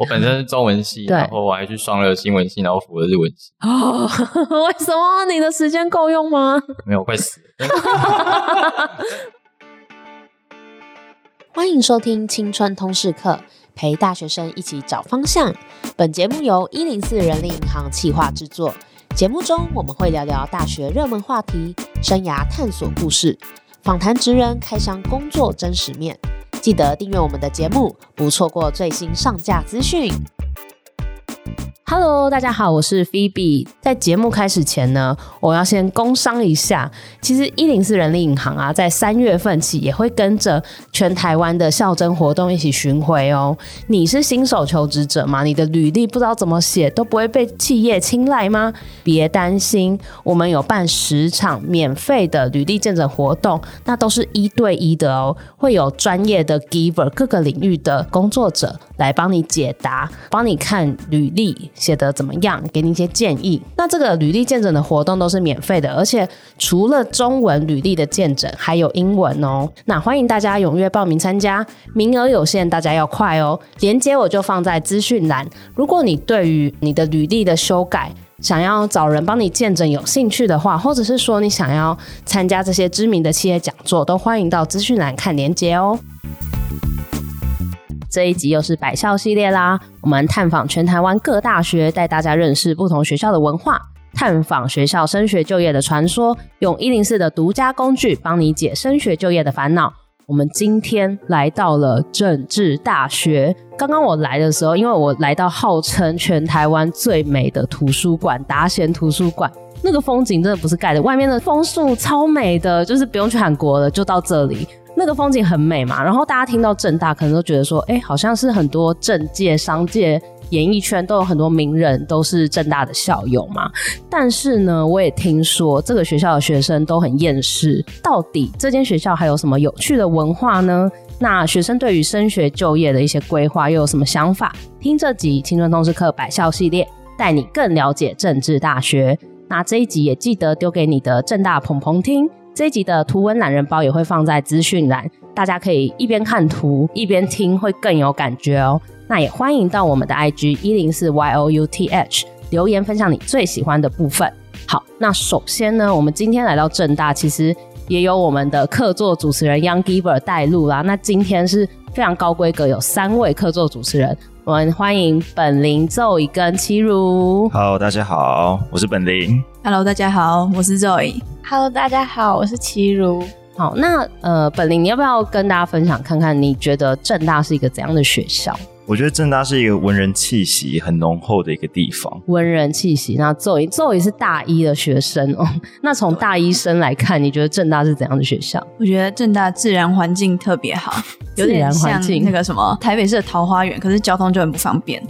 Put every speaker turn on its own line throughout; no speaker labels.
我本身是中文系，
对
然后我还去双流新闻系，然后辅了日文系，
哦， 为什么你的时间够用吗？
没有我快死了。
欢迎收听《青春通识课》，陪大学生一起找方向。本节目由一零四人力银行企划制作。节目中我们会聊聊大学热门话题、生涯探索故事，访谈职人开箱工作真实面。记得订阅我们的节目，不错过最新上架资讯。
Hello，大家好，我是 Phoebe。在节目开始前呢，我要先工商一下。其实一零四人力银行啊，在三月份起也会跟着全台湾的校征活动一起巡回哦。你是新手求职者吗？你的履历不知道怎么写，都不会被企业青睐吗？别担心，我们有办十场免费的履历见证活动，那都是一对一的哦，会有专业的 giver 各个领域的工作者来帮你解答，帮你看履历写的怎么样，给你一些建议。那这个履历见证的活动都是免费的，而且除了中文履历的见证，还有英文哦。那欢迎大家踊跃报名参加，名额有限，大家要快哦。连接我就放在资讯栏。如果你对于你的履历的修改，想要找人帮你见证有兴趣的话，或者是说你想要参加这些知名的企业讲座，都欢迎到资讯栏看连接哦。这一集又是百校系列啦，我们探访全台湾各大学，带大家认识不同学校的文化，探访学校升学就业的传说，用一零四的独家工具帮你解升学就业的烦恼。我们今天来到了政治大学。刚刚我来的时候，因为我来到号称全台湾最美的图书馆——达贤图书馆，那个风景真的不是盖的，外面的枫树超美的，就是不用去韩国了，就到这里。那个风景很美嘛，然后大家听到正大，可能都觉得说，哎、好像是很多政界、商界、演艺圈都有很多名人都是正大的校友嘛。但是呢，我也听说这个学校的学生都很厌世。到底这间学校还有什么有趣的文化呢？那学生对于升学就业的一些规划又有什么想法？听这集《青春通识课》百校系列，带你更了解政治大学。那这一集也记得丢给你的正大鹏鹏听。这一集的图文懒人包也会放在资讯栏，大家可以一边看图一边听，会更有感觉哦。那也欢迎到我们的 IG 一零四 y o u t h 留言分享你最喜欢的部分。好，那首先呢，我们今天来到正大，其实也有我们的客座主持人 Young Giver 带路啦。那今天是非常高规格，有三位客座主持人，我们欢迎本林、奏一跟七 如。
Hello，大家好，我是本林。
Hello，大家好，我是 Zoe。
Hello，大家好，我是齐如。
好，那呃，本林，你要不要跟大家分享看看，你觉得正大是一个怎样的学校？
我觉得正大是一个文人气息很浓厚的一个地方。
文人气息，那咒语咒语是大一的学生哦。那从大一生来看，你觉得正大是怎样的学校？
我觉得正大自然环境特别 好，有
自然
点
环
像
境
那个什么台北市的桃花源，可是交通就很不方便。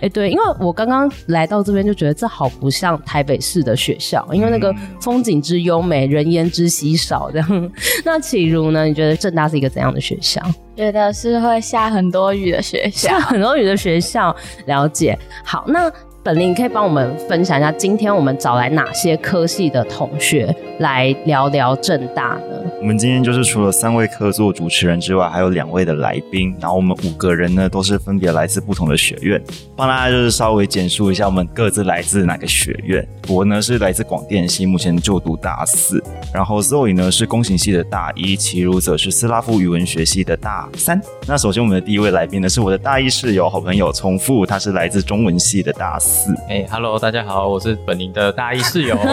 哎、对，因为我刚刚来到这边就觉得这好不像台北市的学校，因为那个风景之优美，人烟之稀少这样。 那启如呢？你觉得正大是一个怎样的学校？
觉得是会下很多雨的学 校
像。很多语的学校了解。好，那本林可以帮我们分享一下，今天我们找来哪些科系的同学来聊聊正大呢？
我们今天就是除了三位客座主持人之外，还有两位的来宾，然后我们五个人呢都是分别来自不同的学院，帮大家就是稍微简述一下我们各自来自哪个学院。我呢是来自广电系，目前就读大四，然后 Zoe 呢是工行系的大一，齐如则是斯拉夫语文学系的大三。那首先我们的第一位来宾呢是我的大一室友、好朋友重复，他是来自中文系的大四。
哎、h e l l o 大家好，我是本宁的大一室 友。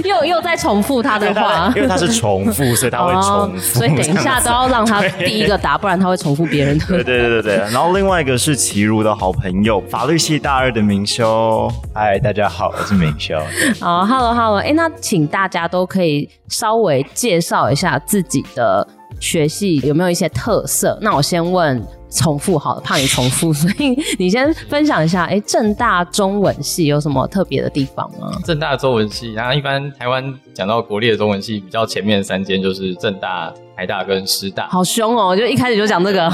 又又在重复他的 话
因。为它是重复，所以它会重复。
哦所以等一下都要让他第一个答，不然他会重复别人
对
的。
对对对对，然后另外一个是齐如的好朋友，法律系大二的明修。嗨，大家好，我是明修。
好，Hello Hello，哎、那请大家都可以稍微介绍一下自己的学系有没有一些特色。那我先问重复好了，怕你重复，所以你先分享一下，哎、正大中文系有什么特别的地方吗？
正大的中文系，然后一般台湾讲到国立的中文系，比较前面的三间就是正大、台大跟师大。
好凶哦！我就一开始就讲这 个，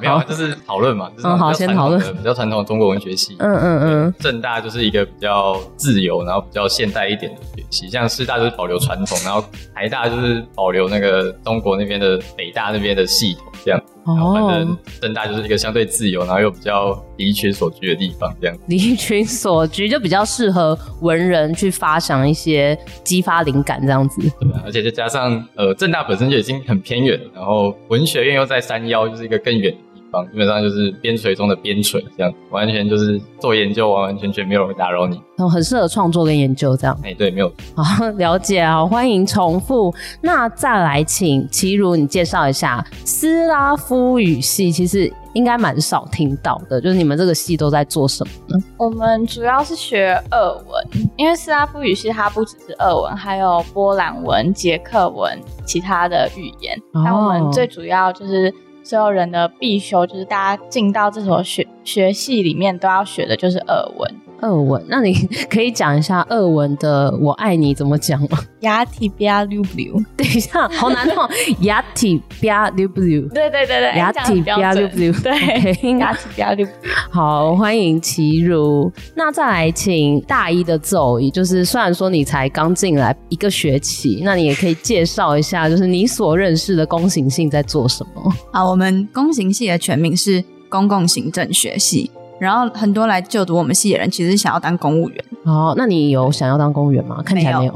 没有啊，就是讨论嘛，就是
嗯好
比较传
先讨论
统的比较传统的中国文学系。
嗯嗯嗯，
正大就是一个比较自由，然后比较现代一点的学习，像师大就是保留传统，然后台大就是保留那个中国那边的北大那边的系统，这样然后反
哦
正，正大就是一个相对自由，然后又比较离群所居的地方，这样子。
离群所居就比较适合文人去发想一些激发灵感这样子。
对啊而且再加上呃，正大本身就已经很偏远，然后文学院又在山腰，就是一个更远的地方，基本上就是边陲中的边陲，这样完全就是做研究，完完全全没有人打扰你。
然后很适合创作跟研究这样。
哎，对，没有
好， 了解好，欢迎重复。那再来请齐如你介绍一下斯拉夫语系，其实应该蛮少听到的，就是你们这个系都在做什么？
我们主要是学俄文，因为斯拉夫语系它不只是俄文，还有波兰文、捷克文、其他的语言。
哦
但我们最主要就是所有人的必修，就是大家进到这所学学系里面都要学的就是俄文。
俄文？那你可以讲一下俄文的“我爱你”怎么讲吗？
雅体比亚溜不溜？
等一下，好难 哦，Yati bia l u b l u
对对对对，
雅
这样
体
比较
不要
准
溜不溜
对，
OK
雅体不要溜不溜。
好，欢迎齐如。那再来请大一的奏仪，就是虽然说你才刚进来一个学期，那你也可以介绍一下，就是你所认识的公行性在做什么？
啊，我们公行系的全名是公共行政学系，然后很多来就读我们系的人其实想要当公务员，
哦，那你有想要当公务员吗？看起来没有。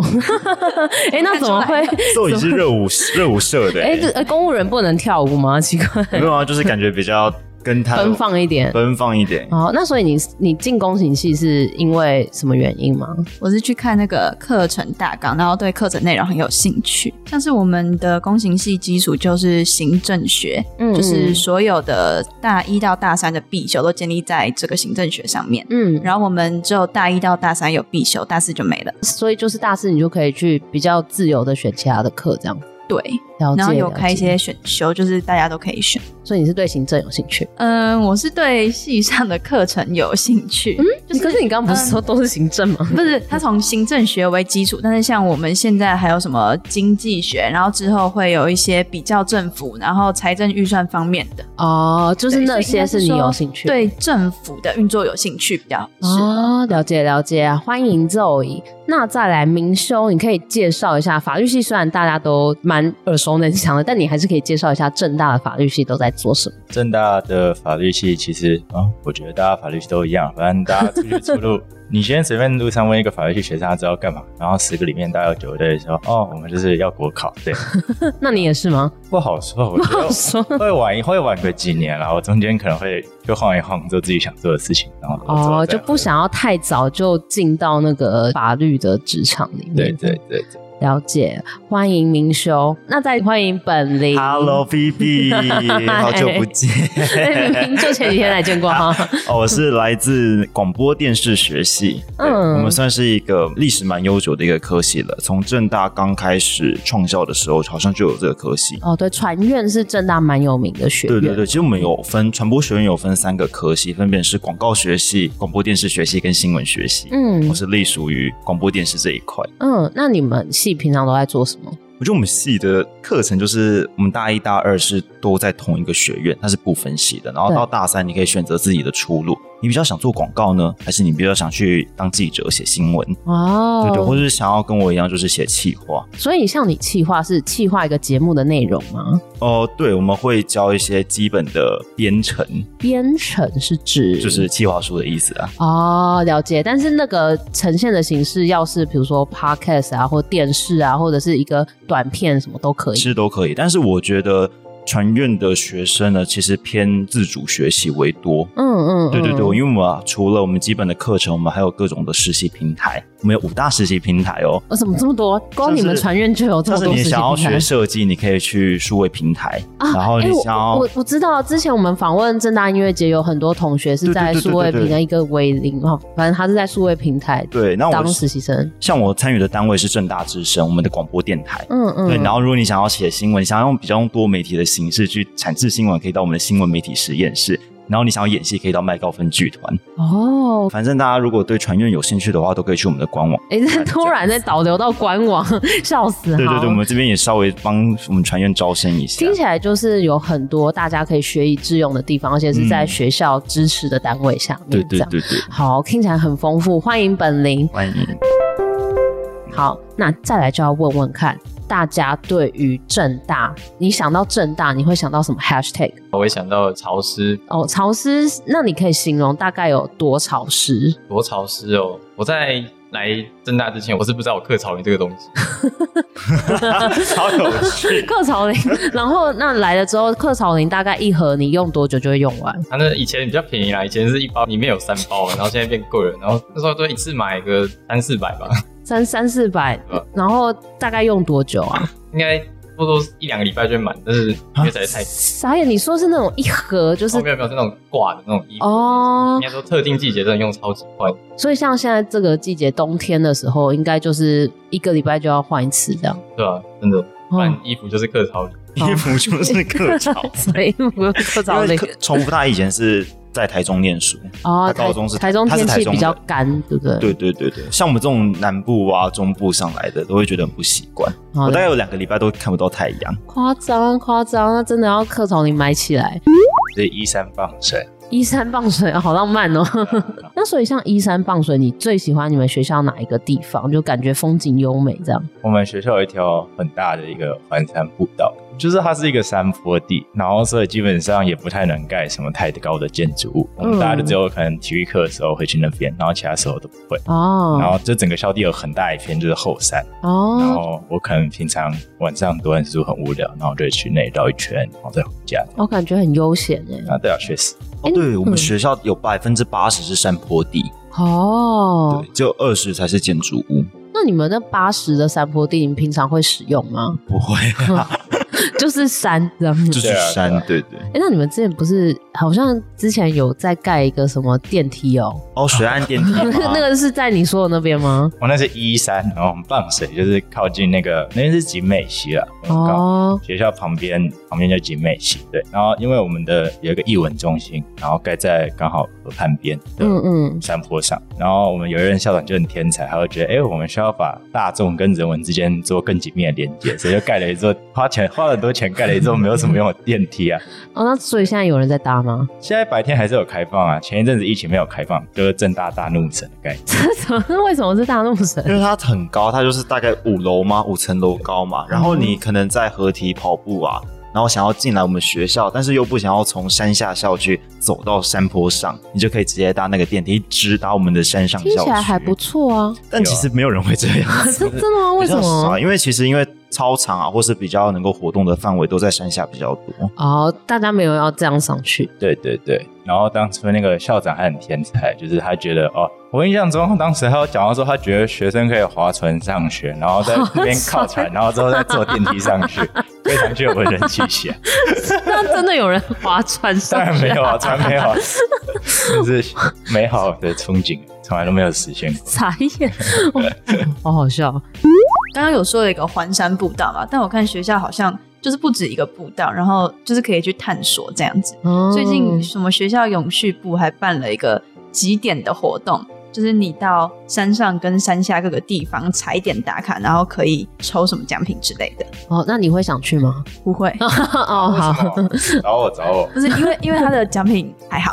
哎、那怎么会？
所以是 热舞热舞社的、
哎、这
欸，
哎公务人不能跳舞吗？奇怪，
没有啊，就是感觉比较跟 他
奔放一点。
奔放一点。
哦，那所以你你进公行系是因为什么原因吗？
我是去看那个课程大纲，然后对课程内容很有兴趣。像是我们的公行系基础就是行政学，
嗯
就是所有的大一到大三的必修都建立在这个行政学上面。
嗯，
然后我们只有大一到大三有必修，大四就没了。
所以就是大四你就可以去比较自由的选其他的课，这样
对，
了解。
然后有
了解
开一些选修，就是大家都可以选。
所以你是对行政有兴趣？
嗯，我是对系上的课程有兴趣。嗯，
就是、可是你刚刚不是说都是行政吗？
不是，它从行政学为基础，但是像我们现在还有什么经济学，然后之后会有一些比较政府，然后财政预算方面的，
哦，就是那些是你有兴趣的。
对政府的运作有兴趣比较适合。
哦，了解了解，欢迎奏仪。那再来明修，你可以介绍一下法律系，虽然大家都蛮耳熟能详的，但你还是可以介绍一下正大的法律系都在做什么。
正大的法律系其实啊、
嗯
我觉得大家法律系都一样，反正大家出去出路， 你先随便路上问一个法律系学生，他知道干嘛，然后十个里面大概有九个都会说，哦，我们就是要国考，对，
那你也是 吗？
不好说，我觉得
说
会晚一会晚个几年啦，我中间可能会就晃一晃，做自己想做的事情，然后之后
哦，
再
就不想要太早就进到那个法律的职场里面。
对对对对。
了解。欢迎明修，那再欢迎本林。
Hello B B，好 久不见。
对，明明就前几天来见 过哈。
哦，我是来自广播电视学系，
嗯
嗯，我们算是一个历史蛮悠久的一个科系了。从正大刚开始创校的时候，好像就有这个科系。
哦，对，传院是正大蛮有名的学院。
对对对，其实我们有分传播学院有分三个科系，分别是广告学系、广播电视学系跟新闻学系。
嗯
我是隶属于广播电视这一块。
嗯，那你们系平常都在做什么？
我觉得我们系的课程就是我们大一、大二是都在同一个学院，它是不分系的。然后
对
到大三，你可以选择自己的出路。你比较想做广告呢，还是你比较想去当记者写新闻？
哦，
对对，或者是想要跟我一样，就是写企划。
所以像你企划是企划一个节目的内容吗？
哦、对，我们会教一些基本的编程，
编程是指
就是企划书的意思啊。
哦，了解。但是那个呈现的形式，要是比如说 podcast 啊，或电视啊，或者是一个短片什么都可以
其。实都可以。但是我觉得传院的学生呢，其实偏自主学习为多。
嗯嗯，
对对对，
嗯
因为我们、啊、除了我们基本的课程，我们还有各种的实习平台，我们有五大实习平台哦。
哦，怎么这么多？光你们传院就有这么
像
多
是
实
你
习平
想要学
台
设计，你可以去数位平台，
啊！
然后
哎
你
我
想要
我我知道，之前我们访问正大音乐节，有很多同学是
对对
在
对对
数位
对对
平台，一个伟林哦，反正他是在数位平台
对，那我
当实习生。
像我参与的单位是正大之声，我们的广播电台。
嗯嗯，
对，然后如果你想要写新闻，想要用比较用多媒体的形式去产制新闻，可以到我们的新闻媒体实验室。然后你想要演戏，可以到麦高芬剧团。
哦，
反正大家如果对传院有兴趣的话，都可以去我们的官网。
哎、这突然在导流到官网， 笑死！
对对
好
对，我们这边也稍微帮我们传院招生一下
听。起来就是有很多大家可以学以致用的地方，而且是在
嗯
学校支持的单位下面。
对
这
对
样
对对，
好，听起来很丰富。欢迎本林。
欢迎。
好，那再来就要问问看，大家对于正大，你想到正大，你会想到什么 hashtag？
我会想到潮湿，
哦，潮湿，那你可以形容大概有多潮 湿？
多潮湿哦！我在来正大之前，我是不知道有客草林这个东西。
超有趣。
克草林， 然后那来了之后，克草林大概一盒你用多久就会用完？
它、那以前比较便宜啦，以前是一包里面有三包，然后现在变贵了。然后那时候都一次买个三四百吧，
三三四百
呃
嗯，
然后大概用多久啊？
应该差不多一两个礼拜就会满，但是因为实在太
傻眼，你说啊是那种一盒就是
哦，没有没有，是那种挂的那种衣服，
哦
应，该说特定季节真的用超级快。
所以像现在这个季节冬天的时候，应该就是一个礼拜就要换一次这样。
对啊，真的，不然
哦，
衣服就是客潮。
哦
衣服就是客 潮，
所以不用克
因
草
为
林
客重复他以前是在台中念书，
哦，
他
台
高中是
台中
他是
天
台
气
中
比较
人
干，对不对？
对对对对，像我们这种南部啊、中部上来的，都会觉得很不习惯。
好
我大
的，
概有两个礼拜都看不到太阳，
夸张夸张，那真的要克草林买起来。
就是依山傍水。
依山傍水，啊好浪漫哦。 那所以像依山傍水，你最喜欢你们学校哪一个地方？就感觉风景优美这样。
我们学校有一条很大的一个环山步道，就是它是一个山坡地，然后所以基本上也不太能盖什么太高的建筑物。我们大家就只有可能体育课的时候会去那边，然后其他时候都不会。然
哦
后这整个校地有很大一片就是后山，然
哦
后我可能平常晚上读完书很无聊，然后就会去那里绕一圈，然后再回家。
我哦感觉很悠闲哎。
啊，对啊，确实，
哦，对我们学校有百分之八十是山坡地，
哦
对，，只有二十才是建筑物。
那你们那八十的山坡地，你们平常会使用吗？
不会，
就是山这样。
就是
对啊
山
对啊，
对对。
哎、那你们之前不是好像之前有在盖一个什么电梯 哦？
哦，水岸电梯嘛
那个是在你说的那边吗？
我那是依山，然后我们傍水就是靠近那个那边是景美溪啦，我们刚
哦，
学校旁边旁边就景美溪，对。然后因为我们的有一个艺文中心，然后盖在刚好河畔边的
嗯嗯，
山坡上。然后我们有一任校长就很天才，他会觉得，哎，我们需要把大众跟人文之间做更紧密的连接，所以就盖了一座花钱花了很多钱盖了一座没有什么用的电梯啊。
哦，那所以现在有人在搭吗？
现在白天还是有开放啊，前一阵子疫情没有开放，就是正大大怒神的概念。
怎么为什么是大怒神？
因为它很高，它就是大概五楼嘛，五层楼高嘛。然后你可能在合体跑步啊，然后想要进来我们学校，但是又不想要从山下校区走到山坡上，你就可以直接搭那个电梯直达我们的山上校区。
听起来还不，错啊，
但其实没有人会这样。
真真的吗？为什
比较少
么？
因为其实因为操场啊，或是比较能够活动的范围都在山下比较多。
哦，大家没有要这样上去，
对对对，然后当初那个校长还很天才，就是他觉得哦，我印象中当时他有讲到说，他觉得学生可以划船上学，然后在那边靠船，然后之后再坐电梯上去，非常具有文人气息、啊。
那真的有人划船
当
上
然
去
没有啊，船没 有、啊，就是美好的憧憬，从来都没有实现 过。
傻眼，哦好好笑。
刚刚有说了一个环山步道嘛，但我看学校好像就是不止一个步道，然后就是可以去探索这样子。
哦
哦
最近什么学校永续部还办了一个几点的活动，就是你到山上跟山下各个地方踩点打卡，然后可以抽什么奖品之类的。
哦，那你会想去吗？
不会，
哦，好，
为什么，找我找我，
不是因为因为它的奖品还 好，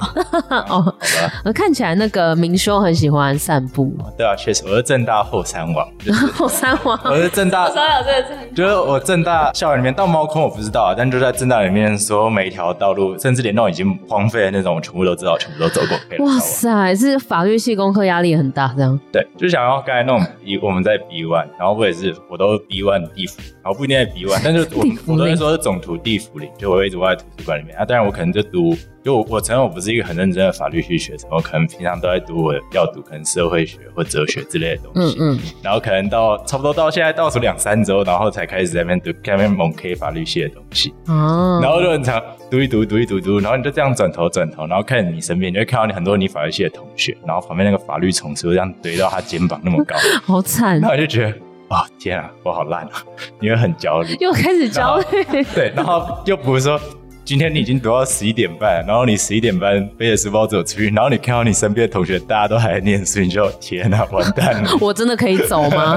好 吧。
呃看起来那个明修很喜欢散 步，
对啊，确实，我是正大后山 王，就是
后山王
我是正大
有这个证
就是我正大校园里面到猫空我不知道啊，但就在正大里面，所有每一条道路，甚至连那种已经荒废的那种，我全部都知道，全部都走过。可以来
哇
找我！
塞，是法律系功课压力很大，这样
对，就想要刚才那种 B，我们在 B one，然后我也是，我都 B one 地府，然后不一定在 B one，但是我
地府
我都
林
会说是总图地府里，就我一直窝在图书馆里面。啊，当然我可能就读，就我我承认我不是一个很认真的法律系学生，我可能平常都在读我要读可能社会学或哲学之类的东
嗯
西。
嗯，
然后可能到差不多到现在倒数两三周，然后才开始在那边读，在那边猛 K 法律系的东西，
哦，
然后就很常读一读，读一读，读，然后你就这样转头转头，然后看你身边，你就会看到你很多你法律系的同学，然后旁边那个法律丛书这样堆到他肩膀那么高，
好惨
然，后我就觉得啊、天啊，我好烂啊，你会很焦虑，
又开始焦虑，
对，然后又不是说。今天你已经读到十一点半，然后你十一点半背着书包走出去，然后你看到你身边的同学大家都还在念书，你就天啊，完蛋了！
我真的可以走 吗？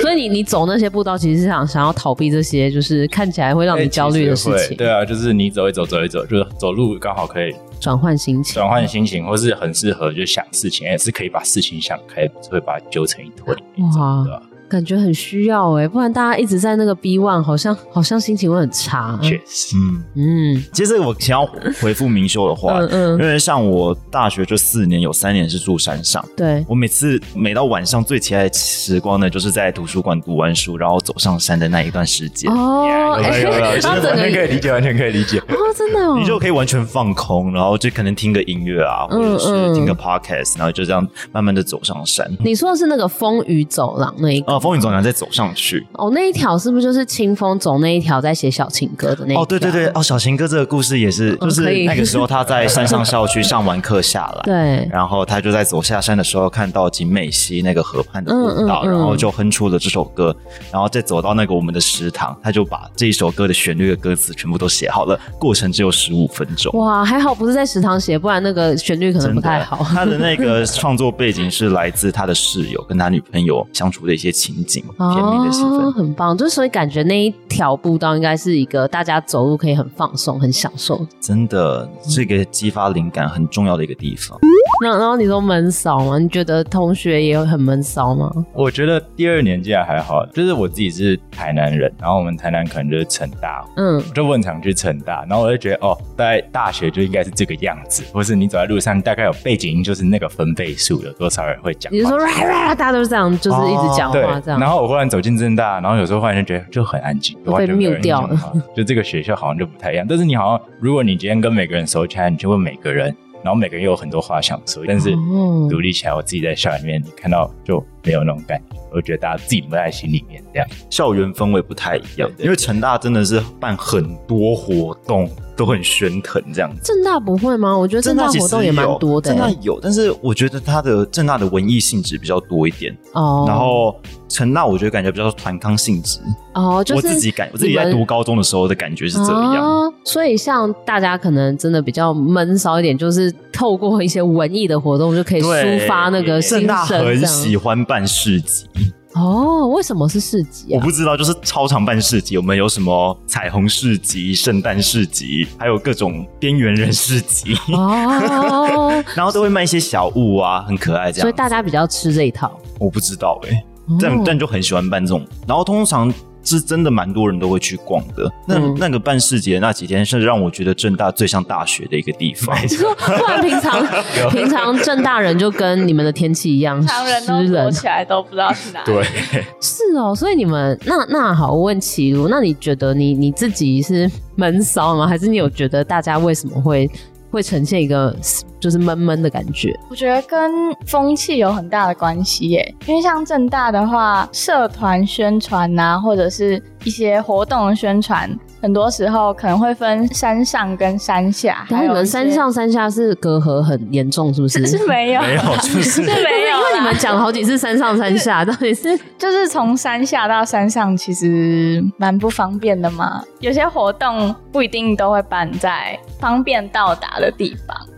所以你你走那些步道，其实是想想要逃避这些，就是看起来会 让你焦虑的事
欸其实
情
会，对啊，就是你走一走，走一走，就是走路刚好可以
转换心情。
转换心情，或是很适合就想事情，也是可以把事情想开，不是会把它揪成一坨里面走，
哇
对吧？
感觉很需要哎、不然大家一直在那个 B one，好像好像心情会很差。
确实，
嗯，
嗯
其实我想要回复明修的话
嗯，
因
嗯，
为像我大学这四年有三年是住山上，
对，
我每次每到晚上最期待的时光呢，就是在图书馆读完书，然后走上山的那一段时间。
哦，哎
有了，
他
完
整
全可以
个
理解，完全可以理解。
哦，真的哦，
你就可以完全放空，然后就可能听个音乐啊，或者
嗯嗯
是听个 podcast，、然后就这样慢慢的走上山。
你说的是那个风雨走廊那一个
呃，风雨走廊再走上去。
哦，那一条是不是就是清风走那一条在写小情歌的那一条？嗯
哦，对对对，哦，小情哥这个故事也是，就
可
是
以
那个时候他在山上校区上完课下来，
对
然后他就在走下山的时候看到景美溪那个河畔的步道，
嗯嗯嗯
然后就哼出了这首歌，然后再走到那个我们的食堂，他就把这一首歌的旋律的歌词全部都写好了，过程只有十五分钟。
哇，还好不是在食堂写，不然那个旋律可能
真
不
的
太好。
他的那个创作背景是来自他的室友跟他女朋友相处的一些情景，甜蜜的气
哦，
氛。
很棒！就所以感觉那一条步道应该是一个大家走路可以很放松、很享受的。
真的，这个激发灵感很重要的一个地方。
那然后你说闷骚吗？你觉得同学也有很闷骚吗？
我觉得第二年竟然还好，就是我自己是台南人，然后我们台南可能就是成大，
嗯，
我就问常去成大，然后我就觉得哦，在大学就应该是这个样子，或是你走在路上，大概有背景音就是那个分贝数，有多少人会讲话。
你是说啦
啊
啦啦， 大家都是这样，就是一
哦
直讲
对
话，啊这样。
然后我忽然走进正大，然后有时候忽然就觉得就很安静，
被
完全没有
mute
人
掉了
讲话。 就这个学校好像就不太一样，但是你好像如果你今天跟每个人熟起来，你就问每个人，然后每个人又有很多话想说，但是
哦
独立起来，我自己在校园里面，你看到就没有那种感觉，我觉得大家自己闷在心里面这样。
校园氛围不太一样，因为成大真的是办很多活动，都很喧腾这样子。
正大不会吗？我觉得正大
其实
活动也蛮
有
多的、
正大
欸。
有，但是我觉得它的正大的文艺性质比较多一点，
哦，
然后成大我觉得感觉比较团康性质。
哦，就是
我自己感，我自己
你
在
们
读高中的时候的感觉是这样。
哦所以像大家可能真的比较闷骚一点，就是透过一些文艺的活动就可以
对
抒发那个心
正
声。
大很
这
喜
样
欢办市集，
哦，为什么是市集
我
啊？
不知道，就是超常办市集，我们有什么彩虹市集、圣诞市集，还有各种边缘人市集，
哦，
然后都会卖一些小物啊，很可爱这样。
所以大家比较吃这一套。
我不知道哎、但
哦
但就很喜欢办这种，然后通常。是真的蛮多人都会去逛的，那、
嗯
那个办市集的那几天，是让我觉得正大最像大学的一个地方。
不然平常平常正大人就跟你们的天气一样
常人
湿
都躲
冷，
起来都不知道去哪里。
对，
是哦。所以你们那那好，我问齐如，那你觉得你你自己是闷骚吗？还是你有觉得大家为什么会会呈现一个就是闷闷的感觉？
我觉得跟风气有很大的关系耶，因为像正大的话，社团宣传呐、或者是一些活动的宣传，很多时候可能会分山上跟山下。
然
还
后
有
你们
一些
山上山下是隔阂很严重，是不是？
是没有，
没有，就是
是没有
因
啦，
为你们讲好几次山上山 下，到底是
就是从山下到山上，其实蛮不方便的嘛。有些活动不一定都会办在方便到达的地方。
哦
嗯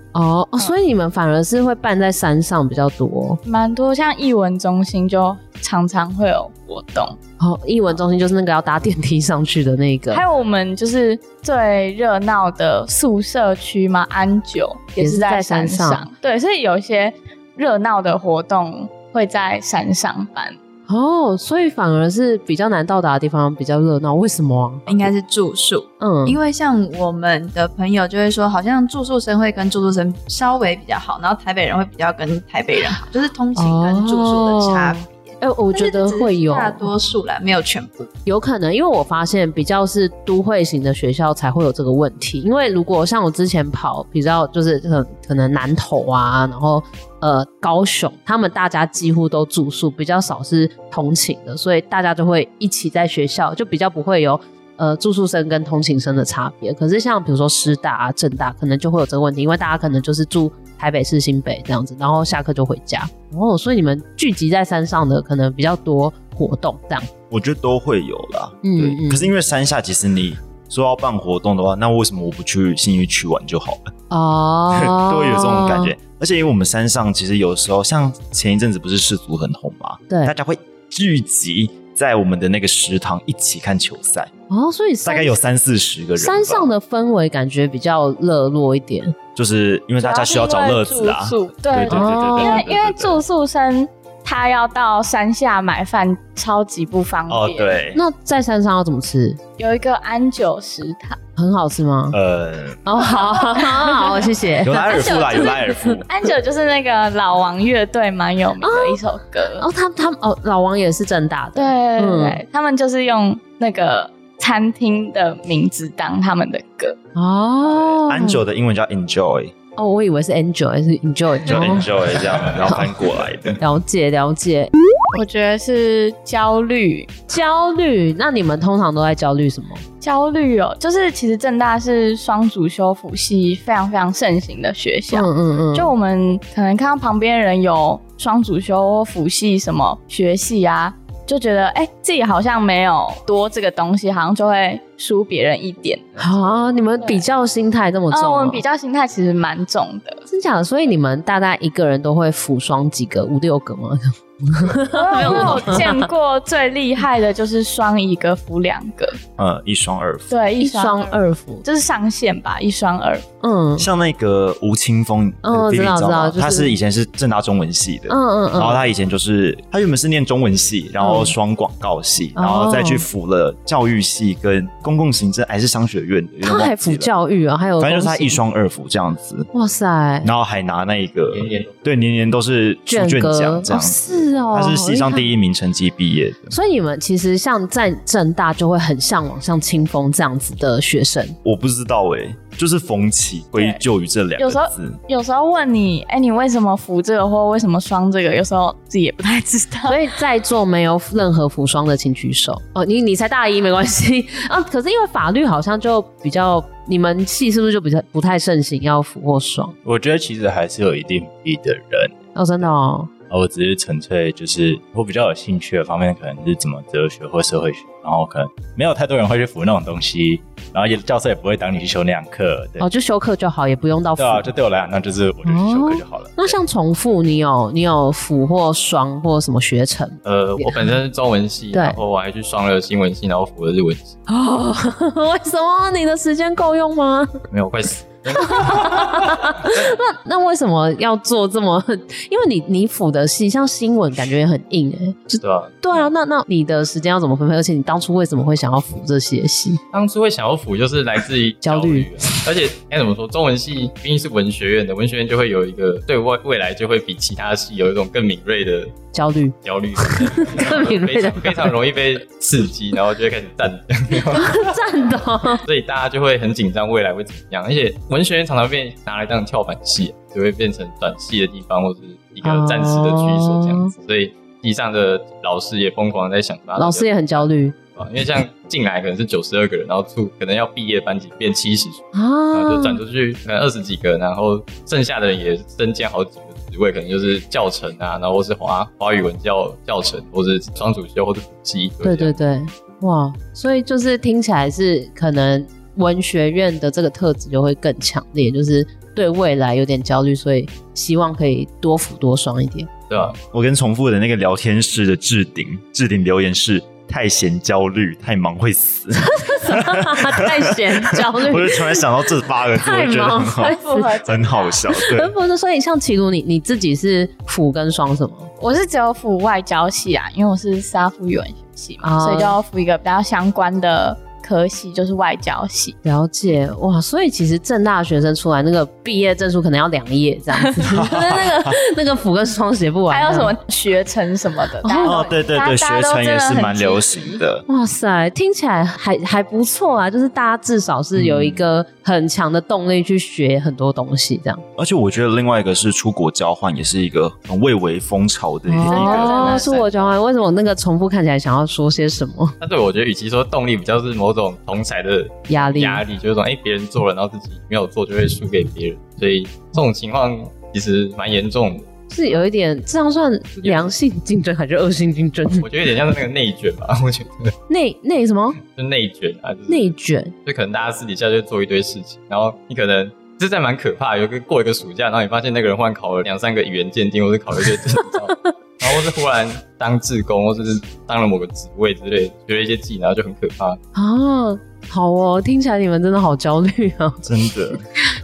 哦，所以你们反而是会办在山上比较多
蛮多像艺文中心就常常会有活动，
哦。艺文中心就是那个要搭电梯上去的那个，
还有我们就是最热闹的宿舍区嘛，安久
也
也
是
是在
在山
山
上
对，所以有一些热闹的活动会在山上办。
哦，所以反而是比较难到达的地方比较热闹，为什么啊、
应该是住宿，
嗯，
因
为
为像我们的朋友就会说，好像住宿生会跟住宿生稍微比较好，然后台北人会比较跟台北人好， 就是通勤跟住宿的差别。
哎、我觉得会有
但是只是大多数啦，没有全部。
有可能，因为我发现比较是都会型的学校才会有这个问题。因为如果像我之前跑比较就是可能可能南投啊，然后呃高雄，他们大家几乎都住宿，比较少是通勤的，所以大家就会一起在学校，就比较不会有。呃，住宿生跟通勤生的差别，可是像比如说师大啊、政大，可能就会有这个问题，因为大家可能就是住台北市新北这样子，然后下课就回家，哦，所以你们聚集在山上的可能比较多活动这样。
我觉得都会有啦。
嗯
对，
嗯
可是因为山下其实你说要办活动的话，那为什么我不去信义区玩就好了？
哦
都会有这种感觉。。而且因为我们山上其实有时候，像前一阵子不是世足很红嘛，
对
大家会聚集在我们的那个食堂一起看球赛，
哦，所以山
大概有三四十个人吧。
山上的氛围感觉比较热络一点。
就是因为大家需要找乐子啊，
主要是因为住宿对
对对对对
因为
对对对对
因为住宿生他要到山下买饭，超级不方便。
哦，，对，
那在山上要怎么吃？
有一个安久食堂，
很好吃吗？
呃，
哦，好，好， 好，谢谢。
有拉尔夫啦，有拉尔夫，
嗯
安久就是那个老王乐队蛮有名的一首歌。
哦，嗯他他们哦，老王也是正大的，
对对对对、他们就是用那个餐厅的名字当他们的歌。
哦，
安久的英文叫 enjoy，
哦，我以为是 enjoy，是 enjoy，
就
哦
enjoy 这样，然后翻过来的。
了解了解。
我觉得是焦虑，
焦虑，那你们通常都在焦虑什么？
焦虑哦，就是其实正大是双主修辅系非常非常盛行的学校。
嗯嗯
就我们可能看到旁边人有双主修或辅系什么学系啊，就觉得哎、自己好像没有多这个东西，好像就会输别人一点。
好，你们比较心态这么重、
哦，我们比较心态其实蛮重 的，
真假的，所以你们大概一个人都会辅双几个，五六个吗？
我有见过最厉害的就是双一个辅两个，
呃，一双二夫。
对，
一
双
双，二辅，
这是上限吧，一双二。
嗯
像那个吴青峰，
哦
呃
知道
Vivi
知道
吗
就是
他是以前是正大中文系的，
嗯嗯
然后
嗯，
他以前就是他原本是念中文系，然后双广告系，
哦
然后再去辅了教育系跟公共行政还是商学院的，有点
他还
忘记
辅
了，
教育啊，还有
反正就是他
东西
一，双二辅这样子，
哇塞，
然后还拿那个
年年都
对年年都是出卷
格
奖这
哦
样子，
是哦，
他是系上
一。
第一名成绩毕业的。
所以你们其实像在正大就会很向往像清风这样子的学生，
我不知道哎、就是逢起归咎于这两
有时候
个字。
有时候问你，哎、你为什么扶这个或为什么双这个？有时候自己也不太知道。
所以在座没有任何服双的请举手哦。你你才大一没关系 啊，可是因为法律好像就比较，你们系是不是就比较不太盛行要服或双？
我觉得其实还是有一定比例的人，啊
哦，真的哦，
我只是纯粹就是我比较有兴趣的方面，可能是怎么哲学或社会学，然后可能没有太多人会去辅那种东西，然后也教授也不会当你去修那样课，对、
哦就修课就好，也不用到服。
对啊，这对我来讲，那就是我就去修课就好了。
哦那像重复，你有你有辅或双或什么学程
呃，我本身是中文系，
哦对
然后我还去双了新闻系，然后辅了日文系，
哦？ 为什么你的时间够用吗？
没有快死。
那那为什么要做这么？ 因为你你辅的系像新闻，感觉也很硬哎、就
对啊，
对啊，那那你的时间要怎么分配？而且你当初为什么会想要辅这些系？
当初会想要辅，就是来自于
焦虑
虑啊，而且该怎么说，中文系毕竟是文学院的，文学院就会有一个对未未来就会比其他系有一种更敏锐的
焦虑，
焦虑，
更敏锐
非
的
常非常容易被刺激，然后就会开始战，
战斗。
所以大家就会很紧张未来会怎么样。而且文学院常常被拿来当跳板系，就会变成转系的地方，或者是一
哦
个暂时的居所这样子。所以地上的老师也疯狂地在想法，
老师也很焦虑
啊，因为像进来可能是九十二个人，然后出可能要毕业班级变七十，然后就转
啊！
出去可能二十几个，然后剩下的人也增加好几个职位，可能就是教程啊，然后或是华华语文教教程，或是双主修或是补习，
对对对，哇！所以就是听起来是可能文学院的这个特质就会更强烈，就是对未来有点焦虑，所以希望可以多辅多双一点。
对吧？
我跟重复的那个聊天室的置顶置顶留言是太闲焦虑，太忙会死。
太闲焦虑
我就突然想到这八个 字，
太
我觉得
忙
很好
会死，
很好笑。对，
不是，所以像齐鲁，你你自己是辅跟双什么？
我是只有辅外交系啊，因为我是沙夫语文学系嘛，
哦
所以就要辅一个比较相关的科系，就是外交系。
了解哇，所以其实正大的学生出来那个毕业证书可能要两页这 样子，就是那个那个辅跟双写不完。
还有什么？学程什么的，大家都
哦，对对
大
对，学
大家都真
成也
的
是
很
蛮
积
流
极
行的。
哇塞，听起来还还不错啊，就是大家至少是有一
嗯
个很强的动力去学很多东西，这样。
而且我觉得另外一个是出国交换，也是一个很蔚为风潮的一个。
哦，是我讲完，为什么那个重复看起来想要说些什么
但对我觉得，与其说动力，比较是某种同才的
压力？
压力，就是说，哎、别人做了，然后自己没有做，就会输给别人，所以这种情况其实蛮严重的。
是有一点，这样算良性竞争还是恶性竞争？
嗯
我觉得有点像是那个内卷吧， 我觉得
内内什么
就内卷啊，就是
内卷？
就可能大家私底下就做一堆事情，然后你可能这在蛮可怕的。有个过一个暑假，然后你发现那个人忽然考了两三个语言鉴定，或是考了一些 证照，然后或是忽然当志工，或是当了某个职位之类，学了一些技能，就很可怕。
啊，好哦，听起来你们真的好焦虑啊！
真的，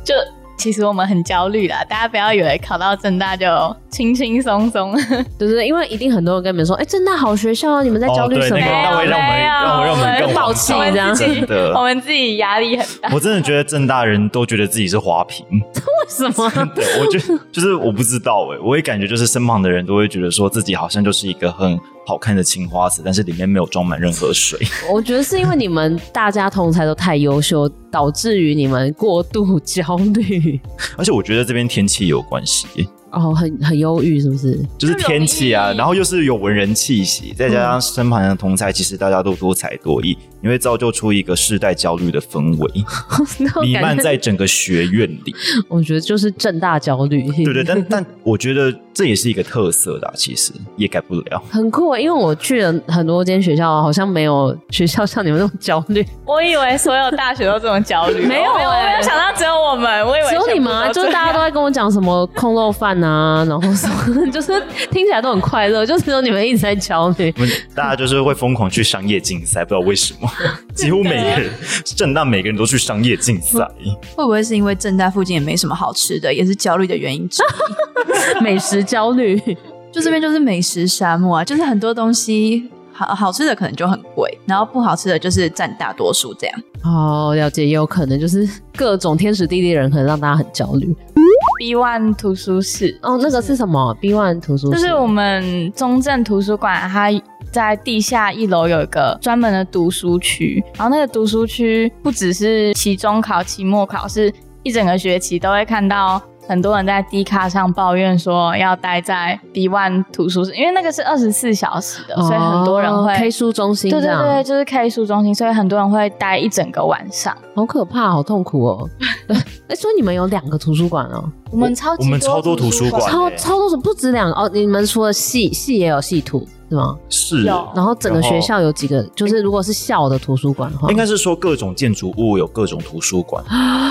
就其实我们很焦虑啦，大家不要以为考到正大就轻轻松松。
对对，对因为一定很多人跟你们说，哎，正大好学校啊，你们在焦虑
哦对
什么？
那个
没有
那会让我们
没有
让我让我们更
暴气
我
这样
们自己
真的
我们自己压力很大。
我真的觉得正大人都觉得自己是花瓶，
什么？
对我觉得就是我不知道哎、我也感觉就是身旁的人都会觉得说自己好像就是一个很好看的青花瓷，但是里面没有装满任何水。
我觉得是因为你们大家同才都太优秀，导致于你们过度焦虑，
而且我觉得这边天气有关系、
哦，很很忧郁，是不是？
就是天气啊，然后又是有文人气息，再加上身旁的同才，其实大家都多才多艺，你会造就出一个世代焦虑的氛围，
那种
弥
感
漫
觉
在整个学院里，
我觉得就是正大焦虑，
对不对？但但我觉得这也是一个特色的、啊，其实也改不了。
很酷欸，因为我去了很多间学校，好像没有学校像你们那种焦虑，
我以为所有大学都这么焦虑，
没有
我没有，我
欸
没有想到只有我们，我以为
只有你们啊，就是大家都在跟我讲什么空肉饭 啊，然后什么，就是听起来都很快乐，就只有你们一直在焦虑。
我们大家就是会疯狂去商业竞赛，不知道为什么，几乎每个人正大每个人都去商业竞赛。
会不会是因为正大附近也没什么好吃的，也是焦虑的原因之 一？
美食焦虑，
就这边就是美食沙漠啊，就是很多东西好好吃的可能就很贵，然后不好吃的就是占大多数这样。
哦，了解，也有可能就是各种天时地利人，可能让大家很焦虑。
B One 图书室，
哦，那个是什么？B One 图书室
就是我们中正图书馆，它在地下一楼有一个专门的读书区，然后那个读书区不只是期中考、期末考，是一整个学期都会看到。很多人在 D 卡上抱怨说要待在 B One 图书室，因为那个是二十四小时的，所以很多人
哦
会
K 书中心
对
这
对
样，
对，就是 K 书中心，所以很多人会待一整个晚上。
好可怕，好痛苦哦。 哎，所以你们有两个图书馆哦，
我们超级
我们超多图书馆
超
对
超多种，不止两个哦。你们除了系系也有系图是吗？
是
有，
然后整个学校有几个？就是如果是校的图书馆的话，
应该是说各种建筑物有各种图 书馆，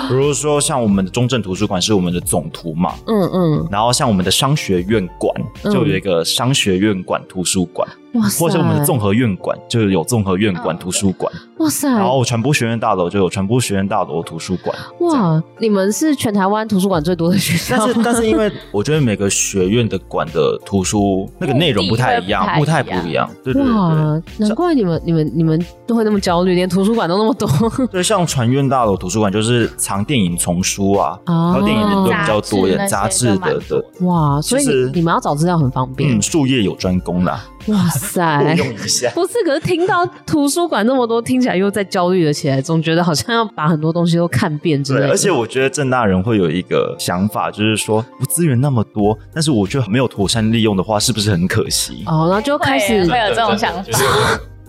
比如说像我们的中正图书馆是我们的总图嘛，
嗯嗯，
然后像我们的商学院馆
嗯
就有一个商学院馆图书馆，
哇塞，嗯
或者我们的综合院馆就有综合院馆图书馆，
哇塞，
然后传播学院大楼就有传播学院大楼图书馆。
哇，你们是全台湾图书馆最多的学校
但
吗，
是，但是因为 我觉得每个学院的馆的图书那个内容不太一样，
目
不
的会
太
不太一样
不一样。对对对对
哇，难怪你们你们你们都会那么焦虑，连图书馆都那么多
对，像传院大楼图书馆就是藏电影丛书啊，然
哦
后电影的都比较多一点，杂
杂志
志
那些
的
都蛮多
的
的，
哇，所以
其实
你你们要找资料很方便
嗯，，术业有专攻 啦，
哇
雇
塞。
用一 下。
不是，可是听到图书馆那么多，听起来又在焦虑了起来，总觉得好像要把很多东西都看遍之类
对，
的。
而且我觉得郑大人会有一个想法，就是说我资源那么多，但是我却没有妥善利用的话，是不是很可惜？
哦，然后就开始
会有啊这种想法
就是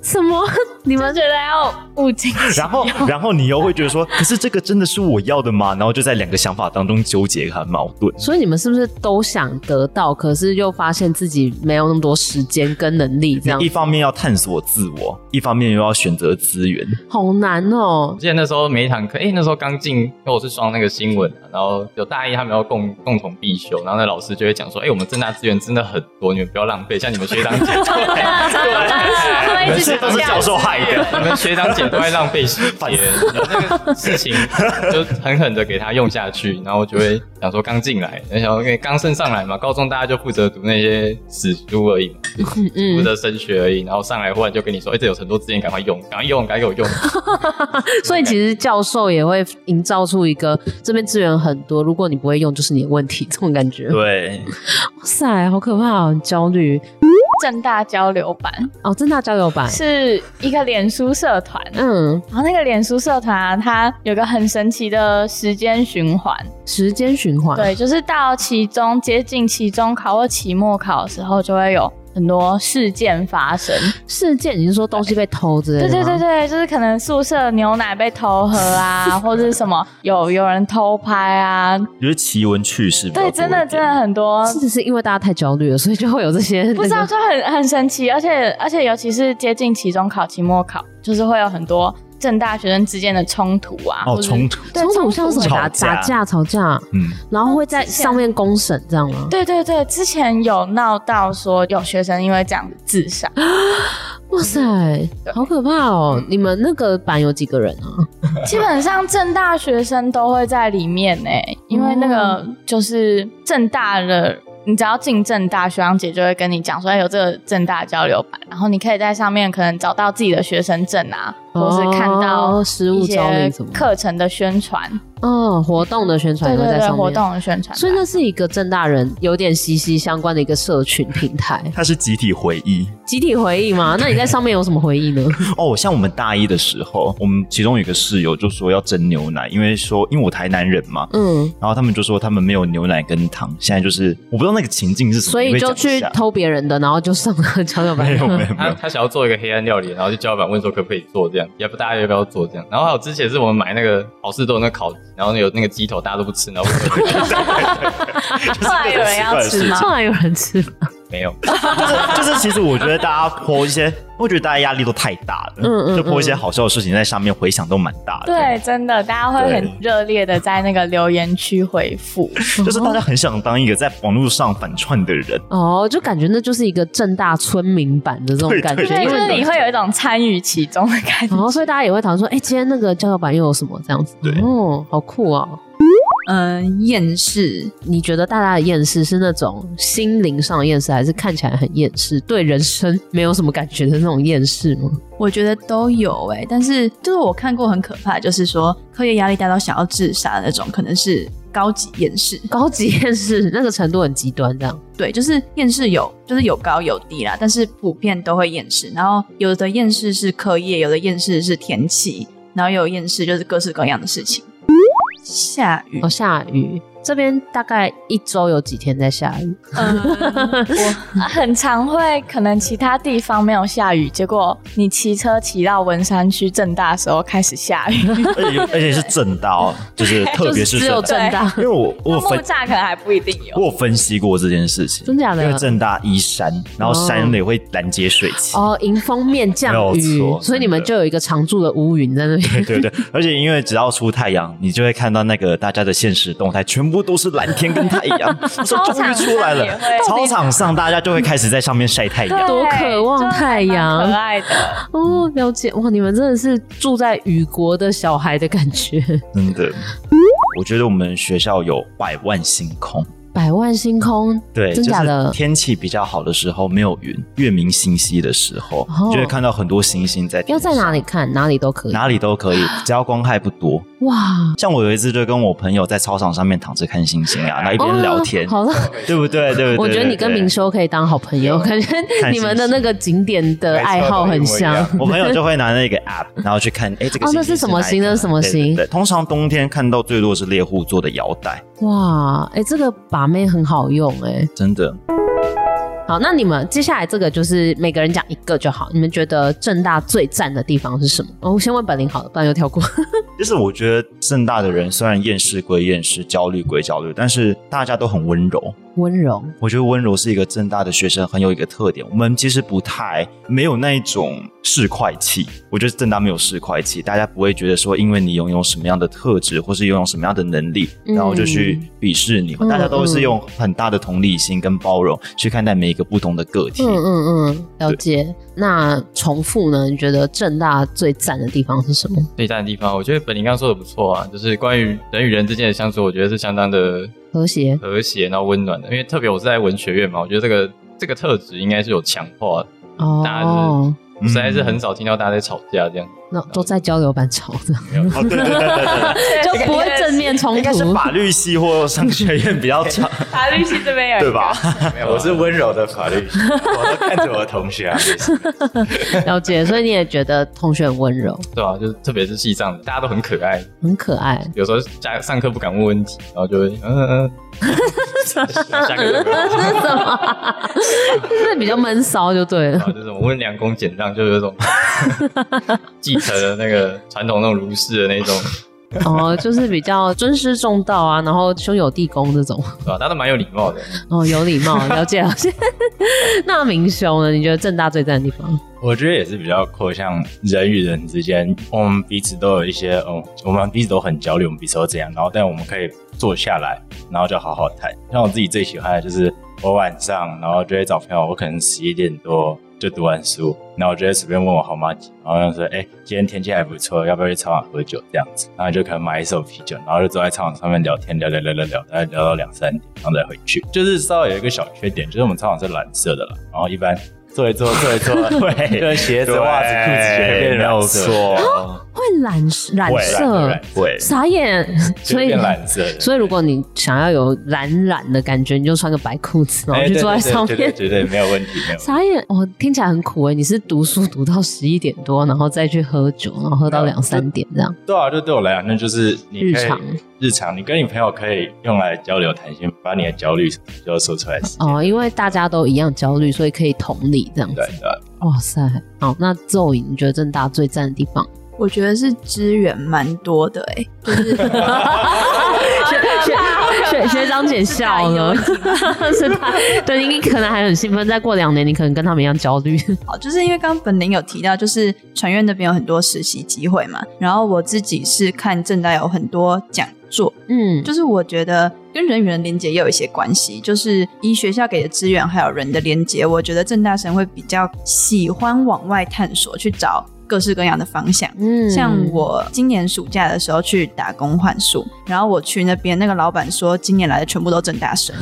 什么？ 你
你
们
们觉得要物尽其
然后，然后你又会觉得说，可是这个真的是我要的吗？然后就在两个想法当中纠结，很矛盾。
所以你们是不是都想得到，可是又发现自己没有那么多时间跟能力，这样
一方面要探索自我，一方面又要选择资源。
好难哦
我。记得那时候每一堂课，哎、那时候刚进，因为我是双那个新闻、啊，然后有大一他们要共共同必修，然后那老师就会讲说，哎、我们正大资源真的很多，你们不要浪费，像你们学长姐，
他们一直
这都
讲
是教授害的。
你们学长姐都在浪费时间，有那个事情就狠狠的给他用下去，然后我就会想说刚进来，然后想说因为刚升上来嘛，高中大家就负责读那些史书而已嘛，
嗯
负
嗯，
责升学而已，然后上来忽然就跟你说，哎、这有很多资源，赶快用，赶快用，赶快给我用。
所以其实教授也会营造出一个这边资源很多，如果你不会用，就是你的问题这种感觉。哇
对，
塞，好可怕哦，很焦虑
正大交流版
哦。正大交流版，
是一个脸书社团，
嗯，
然后那个脸书社团啊，它有个很神奇的时间循环，
时间循环，
对，就是到期中接近期中考或期末考的时候，就会有很多事件发生。
事件，你是说东西被偷之类的
对
吗？
对对对，就是可能宿舍牛奶被偷喝啊，或者是什么有有人偷拍啊，
觉得奇闻趣事比较多
对，
一点。哦
真的真的很多。
是是因为大家太焦虑了，所以就会有这些
不知道
那个
就很很神奇，而且而且尤其是接近期中考、期末考，就是会有很多正大学生之间的冲突啊，或
哦，
者是
冲突。
对
冲突像什么打
吵架
打架、吵架，
嗯，
然后会
哦
在上面公审这样吗？
对对对，之前有闹到说有学生因为这样子自杀，嗯
哇塞，好可怕哦！你们那个版有几个人啊？
基本上正大学生都会在里面呢、因为那
哦
个就是正大的，你只要进正大，学长姐就会跟你讲说，哎，有这个正大交流版，然后你可以在上面可能找到自己的学生证啊，或是看到
哦实物
一
教
些
你怎么
课程的宣传，
哦，活动的宣传
对
也会
对
在
对，
上面，
活动的宣传，
所以那是一个正大人有点息息相关的一个社群平台，
它是集体回忆
集体回忆嘛。那你在上面有什么回忆呢？
哦。像我们大一的时候，我们其中有一个室友就说要蒸牛奶，因为说因为我台南人嘛，
嗯，
然后他们就说他们没有牛奶跟糖，现在就是我不知道那个情境是什么，
所以
你
就
会讲一
去
下
偷别人的，然后就上了交流版
没。有没有 没
他
有，
他想要做一个黑暗料理，然后就叫老板问说可不可以做这样，也不大家要不要做这样。然后还有之前是我们买那个好事多那个烤鸡，然后有那个鸡头大家都不吃，然后 我说
后 来有人要 吃吗？
后来有人吃，
没有，
就是就是，其实我觉得大家泼一些，我觉得大家压力都太大了，
嗯嗯
就泼一些好笑的事情在上面，回响都蛮大的。
对，真的，大家会很热烈的在那个留言区回复。
就是大家很想当一个在网络上反串的 人，
哦，就感觉那就是一个正大村民版的这种
对
感觉，
对
对，
因
就
为
是你会有一种参与其中的感觉
然。后所以大家也会讨论说，哎、今天那个交流版又有什么这样子？
对
哦，好酷哦。
嗯，厌世，
你觉得大家的厌世是那种心灵上的厌世，还是看起来很厌世，对人生没有什么感觉的那种厌世吗？
我觉得都有哎、但是就是我看过很可怕，就是说课业压力大到想要自杀的那种，可能是高级厌世。
高级厌世那个程度很极端，这样
对，就是厌世有，就是有高有低啦，但是普遍都会厌世。然后有的厌世是课业，有的厌世是天气，然后有厌世就是各式各样的事情。下雨
哦，，下雨。这边大概一周有几天在下雨，
嗯，我
啊很常会，可能其他地方没有下雨，结果你骑车骑到文山区正大的时候开始下 雨，
而且而且是正大哦，就是特别是
只有正
正
大，
大，因为我我有
木
分
栅可能还不一定有
我。有分析过这件事情，
真假的
因为正大依山，然后山里会拦截水汽。
哦，迎风面降
没
雨
有，错
所以你们
真的
就有一个常驻的乌云在那 边。
对对，而且因为只要出太阳，你就会看到那个大家的现实动态，全部都是蓝天跟太阳。 我说终于出来了，操
操
场上大家就会开始在上面晒太阳。
对
多渴望
就还蛮
太阳
可爱的。
哦，了解哇，你们真的是住在雨国的小孩的感觉，
真的，嗯我觉得我们学校有百万星空。
百万星空，
对，
真假
就
的
是天气比较好的时候，没有云，月明星稀的时候，
哦
你就会看到很多星星在。
要在哪里？看，哪里都可以。
哪里都 可以，只要光害不多。
哇，
像我有一次就跟我朋友在操场上面躺着看星星啊，然后一边聊天，
哦好了。
对不对？对不对？
我觉得你跟明
修，
修可以当好朋友，感觉
看
你们的
星星
那个景点的爱好很像
没错。
我朋友就会拿那个 app，然后去看，哎，这个
哦那
星
是什么星
哪一颗
那是什么
对
星
对对，通常冬天看到最多是猎户座的腰带，
哇，哎、这个把妹很好用哎、
真的。
好，那你们接下来这个就是每个人讲一个就好。你们觉得正大最赞的地方是什么？哦，我先问本林好了，不然又跳过。
就是我觉得正大的人虽然厌世归厌世，焦虑归焦虑，但是大家都很 温柔。
温柔，
我觉得温柔是一个正大的学生很有一个特点，我们其实不太没有那一种市侩气。我觉得正大没有市侩气，大家不会觉得说因为你拥有什么样的特质或是拥有什么样的能力，
嗯
然后就去鄙视你。
嗯
大家都是用很大的同理心跟包容去看待每一个不同的个体。
嗯嗯嗯，了解。那重复呢？你觉得正大最赞的地方是什么？
最赞的地方，我觉得本林刚刚说的不错啊，就是关于人与人之间的相处，我觉得是相当的
和谐。
和谐然后温暖的。因为特别我是在文学院嘛，我觉得这个这个特质应该是有强化的，大家
哦，
我实在是很少听到大家在吵架这样。
那都在交流版吵的，
哦，对对对对
就不会正面冲
对，应该是
突。
法律系或商学院比较 强，
法律系这边 有一个
对吧？
没有，我是温柔的法律，我都看着我的同学啊。
了解，所以你也觉得同学很温柔，
对啊，就是特别是西藏，大家都很可爱，
很可爱。
有时候下上课不敢问问题，然后就会嗯嗯，嗯下课就没有
这是什么？就是比较闷骚就对了
然。后就是我问两公俭让，就有一种继承了那个传统那种儒士的那种，
哦，就是比较尊师重道啊，然后兄友弟恭这种。
对吧、大家都蛮有礼貌的。
哦，有礼貌，了解了解。那明兄呢？你觉得正大最赞的地方？
我觉得也是比较扣向人与哦人之间，我们彼此都有一些，嗯，我们彼此都很焦虑，我们彼此都这样，然后但我们可以坐下来，然后就好好谈。像我自己最喜欢的就是我晚上，然后就会找朋友，我可能十一点多就读完书，然后我就会随便问我好吗？然后就说，哎、今天天气还不错，要不要去操场喝酒这样子？然后就可能买一手啤酒，然后就坐在操场上面聊天，聊聊聊聊聊，大概聊到两三点，然后再回去。就是稍微有一个小缺点，就是我们操场是蓝色的啦，然后一般。坐一坐，坐一坐，对，就是 鞋子、袜子、裤子全变
没有
蓝色的，
错，
会染染
会染
色
染，
对，
傻眼。
就
所以
变蓝色的。
所以如果你想要有染染的感觉，你就穿个白裤子，然
哎
后就
对
坐在
对对
上
绝对
面。
绝对没有问题，没有问 题。
傻眼，哦，听起来很苦哎！你是读书读到十一点多，然后再去喝酒，然后喝到
没有
两三点这样，
啊对啊，就对我来讲，那就是你可以
日常
日常，你跟你朋友可以用来交流谈心，把你的焦虑就说出来。
哦，因为大家都一样焦虑，所以可以同理这样子
对。对，啊
哇塞，好，那咒影你觉得正大最赞的地 方？
我觉得是资源蛮多的哎、
学学学学长姐笑了， 是他，对你可能还很兴奋，再过两年你可能跟他们一样焦虑。
好，就是因为刚刚本林有提到，就是船院那边有很多实习机会嘛，然后我自己是看正大有很多讲座，
嗯，
就是我觉得跟人与人连接也有一些关系，就是以学校给的资源还有人的连接，我觉得正大生会比较喜欢往外探索，去找各式各样的方向。
嗯
像我今年暑假的时候去打工换宿，然后我去那边，那个老板说今年来的全部都正大 生，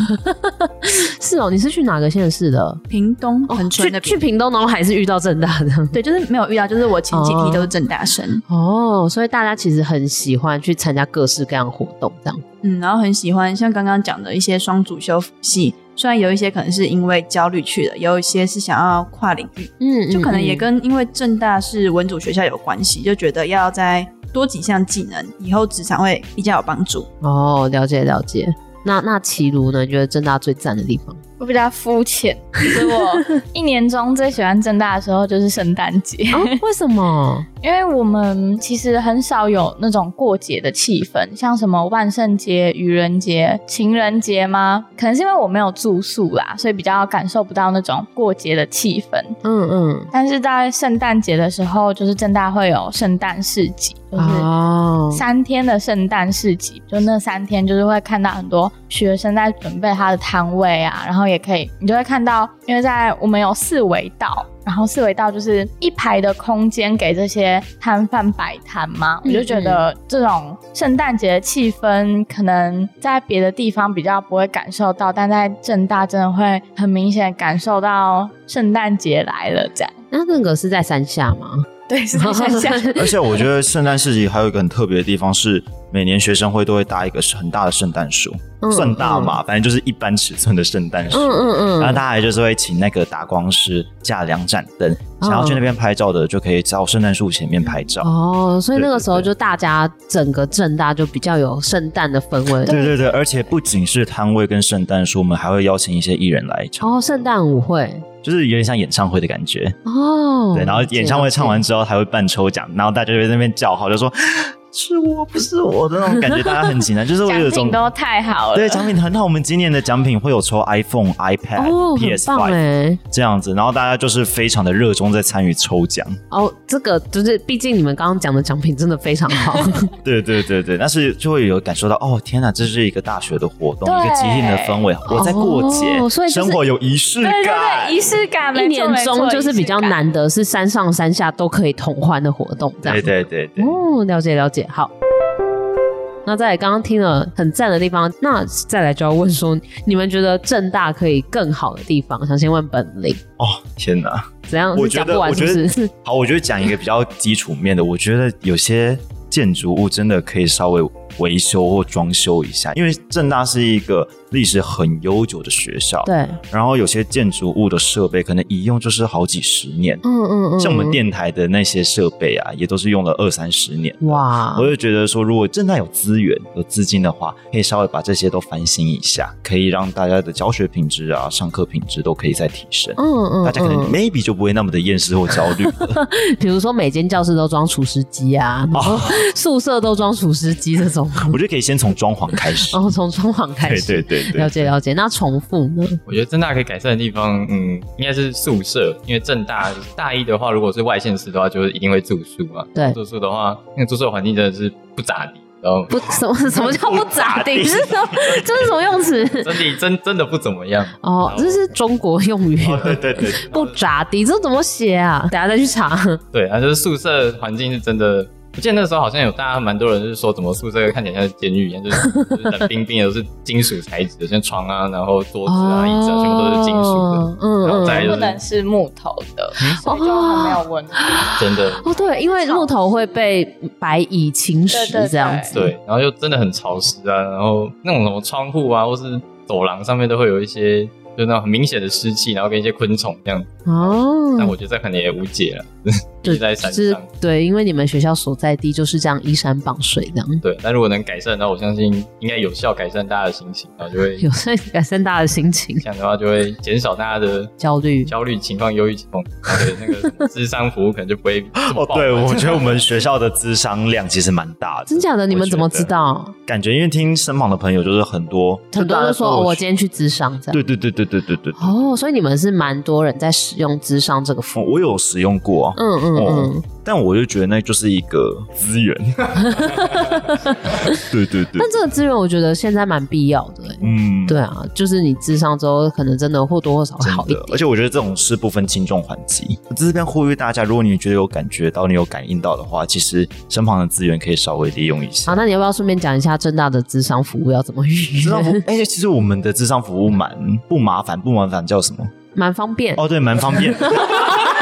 是哦，你是去哪个县市的？
屏东
哦
很
去
纯的
去屏东，然后还是遇到正大的。
对，就是没有遇到，就是我前几
哦
梯都是正大生，
哦，所以大家其实很喜欢去参加各式各样的活动，这样。
嗯，然后很喜欢像刚刚讲的一些双主修系，虽然有一些可能是因为焦虑去的，有一些是想要跨领域，
嗯
就可能也跟因为正大是文组学校有关系，就觉得要再多几项技能，以后职场会比较有帮助。
哦，了解了解。那那齐鲁呢？你觉得正大最赞的地方？
我比较肤 浅，所以我一年中最喜欢正大的时候就是圣诞节。
啊，为什么？
因为我们其实很少有那种过节的气氛，像什么万圣节、愚人节、情人节吗？可能是因为我没有住宿啦，所以比较感受不到那种过节的气氛。
嗯嗯，
但是在圣诞节的时候，就是正大会有圣诞市集，就是
哦，
三天的圣诞市集，就那三天就是会看到很多学生在准备他的摊位啊，然后也可以，你就会看到，因为在我们有四维道，然后四维道就是一排的空间给这些摊贩摆摊嘛，我
嗯
就觉得这种圣诞节的气氛，可能在别的地方比较不会感受到，但在正大真的会很明显地感受到圣诞节来了这样。
那那个是在山下吗？
对，是在乡下。
而且我觉得圣诞市集还有一个很特别的地方是，每年学生会都会搭一个很大的圣诞树，
嗯
算大嘛，反正就是一般尺寸的圣诞树。
嗯嗯嗯，
然后大家就是会请那个打光师架两盏灯，想要去那边拍照的就可以到圣诞树前面拍照。
哦，所以那个时候
对对
就大家整个正大就比较有圣诞的氛围。
对对对，而且不仅是摊位跟圣诞树，我们还会邀请一些艺人来唱，
哦，圣诞舞会
就是有点像演唱会的感觉。
哦，
对，然后演唱会唱完之后还会办抽奖，然后大家就会在那边叫好，就说是我不是我的那种感觉，大家很紧张，就是会
奖
有一种
品都太好了，
对，奖品很好。我们今年的奖品会有抽 iPhone、iPad、
哦，很
PS
棒
哎 Five
哎！
这样子，然后大家就是非常的热衷在参与抽奖。
哦，这个就是，毕竟你们刚刚讲的奖品真的非常 好，
对对对对，但是就会有感受到，哦天哪，这是一个大学的活动，
对
一个集体的氛围，我在过节，
哦所以就是
生活有仪式
对对
感
对，。仪式感，
一
没错
年中就是比较。
没错仪式感
难得是山上山下都可以同欢的活动，这样
对对对对，
哦，了解了解，好。那在刚刚听了很赞的地方，那再来就要问说，你们觉得正大可以更好的地方，想先问本领
哦天哪！
怎样？哦
我
是
觉
讲
得
不完是不
我
是？
好，我觉得讲一个比较基础面的，我觉得有些建筑物真的可以稍微维修或装修一下，因为正大是一个历史很悠久的学校，
对，
然后有些建筑物的设备可能一用就是好几十年，
嗯嗯嗯，
像我们电台的那些设备啊，也都是用了二三十年。
嗯哇
我，就觉得说，如果正大有资源、有资金的话，可以稍微把这些都翻新一下，可以让大家的教学品质啊、上课品质都可以再提升。
嗯嗯，
大家可能
嗯
maybe 就不会那么的厌世或焦虑 了。
比如说每间教室都装厨师机啊，
哦
然后宿舍都装厨师机这 种，
我觉得可以先从装潢开始。
然后从装潢开
对
始，
对对对，
哦了解了解。那重复呢？
我觉得正大可以改善的地方，嗯，应该是宿舍，因为正大大一的话，如果是外县市的话，就是一定会住宿嘛。
对
住宿的话，那个住宿的环境真的是不咋地，然后
不什么什么叫不咋 地？是什么？ 这是什么用词？
真的真真的不怎么样。
哦，这是中国用语，
哦，对对对，
不咋地，这怎么写啊？等下再去查。
对，然后就是宿舍环境是真的。我记得那时候好像有大家蛮多人就是说，怎么宿舍看起来像监狱一样，就是就 是冷冰冰的，都是金属材质的，像床啊，然后桌子啊、椅子啊，全部都是金属的。
哦嗯
然后
嗯。
再来就
不
是
能是木头的，所以就很没有温度。
真的
哦，对，因为木头会被白蚁侵
对对
蚀，
对
这样子。
对，然后又真的很潮湿啊，然后那种什么窗户啊，或是走廊上面都会有一些。就那种很明显的湿气，然后跟一些昆虫这样，
哦，
但我觉得这可能也无解了，就
对
是在山
就是
上。
对，因为你们学校所在地就是这样依山傍水这样，
对，但如果能改善，那我相信应该有效改善大家的心情，然后就会
有在改善大家的心情
这样的话就会减少大家的
焦虑。
焦虑情况、忧郁情 况，对那个智商服务可能就不会这么
哦
爆，
对，我觉得我们学校的资商量其实蛮大的。
真假的？你们怎么
我觉得
知？道？
感觉因为听身旁的朋友就是很多，
很多
就大
人
家
都说、
都
哦
有
我
去
今天去咨商这样。
对对对对对对对。对
哦，所以你们是蛮多人在使用咨商这个服
哦
务。
我有使用过啊，
嗯嗯嗯
哦。但我就觉得那就是一个 资源。对对对
但，这个资源我觉得现在蛮必要的、欸。
嗯，
对啊，就是你智商之后，可能真的或多或少会
真
好一
的。而
点。
且我觉得这种事不分轻重缓急。我在这边呼吁大家，如果你觉得有感觉到、你有感应到的话，其实身旁的资源可以稍微利用一
好，
下。
那你要不要顺便讲一下正大的智商服务要怎么预
智商服
约？，
而哎且其实我们的智商服务蛮不麻烦，不麻烦叫什么？
蛮方便。
哦，对，蛮方 便。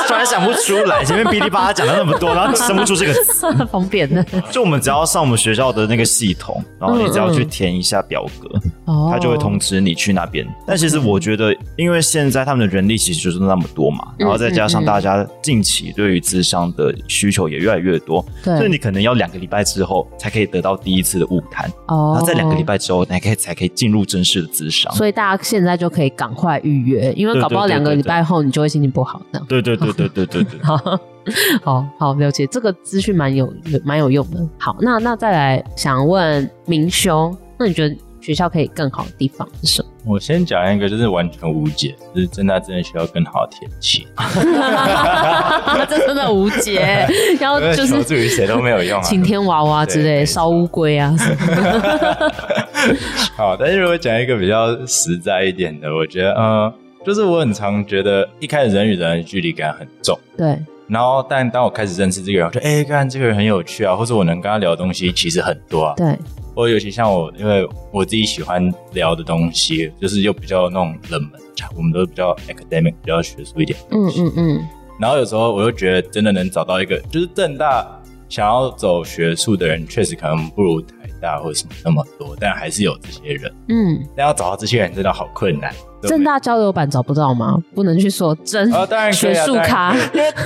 突然想不出来，前面哔哩吧啦讲了那么多，然后生不出这个词。
方便的
就我们只要上我们学校的那个系统，然后你只要去
嗯嗯
填一下表格，
哦，
他就会通知你去那边。但其实我觉得，因为现在他们的人力其实就是那么多
嗯
嘛，然后再加上大家近期对于智商的需求也越来越多，所以
哦对
你可能要两个礼拜之后才可以得到第一次的误谈，然
哦
后在两个礼，拜之后，你才可以才可以进入正式的智商。
所以大家现在就可以赶快预约，因为
对
搞不好
对对
两个
对
礼
对
拜后你就会心情不好这样。
对对对对对对对。
好，好好了解，这个资讯蛮有蛮有用的。好，那那再来想问明修，那你觉得学校可以更好的地方是什么？
我先讲一个，就是完全无解，就是正大真的需要更好的天气，
这真的无 解，要
因为
哦就
求助
是
于谁都没有 用啊。
晴天娃娃之
对
类，
没错
烧乌龟 啊什么的。
好，但是如果讲一个比较实在一点的，我觉得，呃，就是我很常觉得一开始人与人的距离感很重。
对，
然后，但当我开始认识这个人，我觉得哎，看、这个人很有趣啊，或者我能跟他聊的东西其实很多啊。
对，
或者尤其像我，因为我自己喜欢聊的东西，就是又比较那种冷门，我们都比较 academic，比较学术一点。
嗯嗯嗯，
然后有时候我又觉得，真的能找到一个，就是正大想要走学术的人，确实可能不如台大或什么那么多，但还是有这些人。
嗯，
但要找到这些人真的好困难。对不对
正大交流版找不到吗？不能去说真
啊，当然可
嗯学
以啊，
术咖，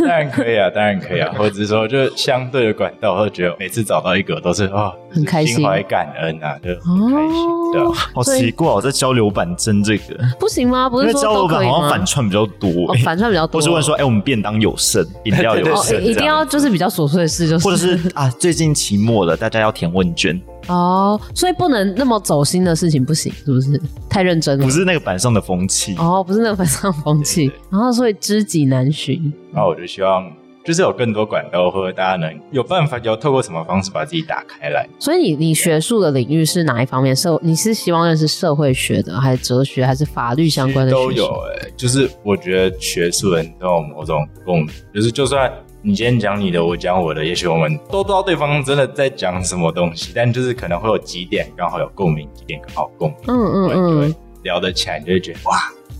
当然可以啊，当然可以啊。我只是说，就是相对的管道，我就觉得每次找到一个，我都是啊，哦
很开心
心怀感恩啊，就很开心。对啊，
好
所以
奇怪、哦，在交流版争这个，
不行吗？不
因
是说
为交
都
流
可
版
以
好
吗
像？反串比较多、
哦
欸，
反串比较多，
或是问说，哎、我哎们便当有剩，饮料有
对对
哦
剩，，
一定要
这样
就是比较琐碎的 事，就是
或者是啊，最近期末了，大家要填问卷，
哦，所以不能那么走心的事情不行，是不是？太认真了
不。是那个板上的风气。
嗯哦，不是那个反上风气，然后所以知己难寻，
然后我就希望。就是有更多管道，或者大家能有办法，有透过什么方式把自己打开来。
所以你你学术的领域是哪一方面？社你是希望认识社会学的，还是哲学，还是法律相关的
其实都
学术
有？哎、就是我觉得学术人都有某种共鸣，就是就算你今天讲你的，我讲我的，也许我们都不知道对方真的在讲什么东西，但就是可能会有几点刚好有共鸣，几点刚好共鸣，
嗯嗯
对
嗯，
对，聊得起来你就会觉得哇，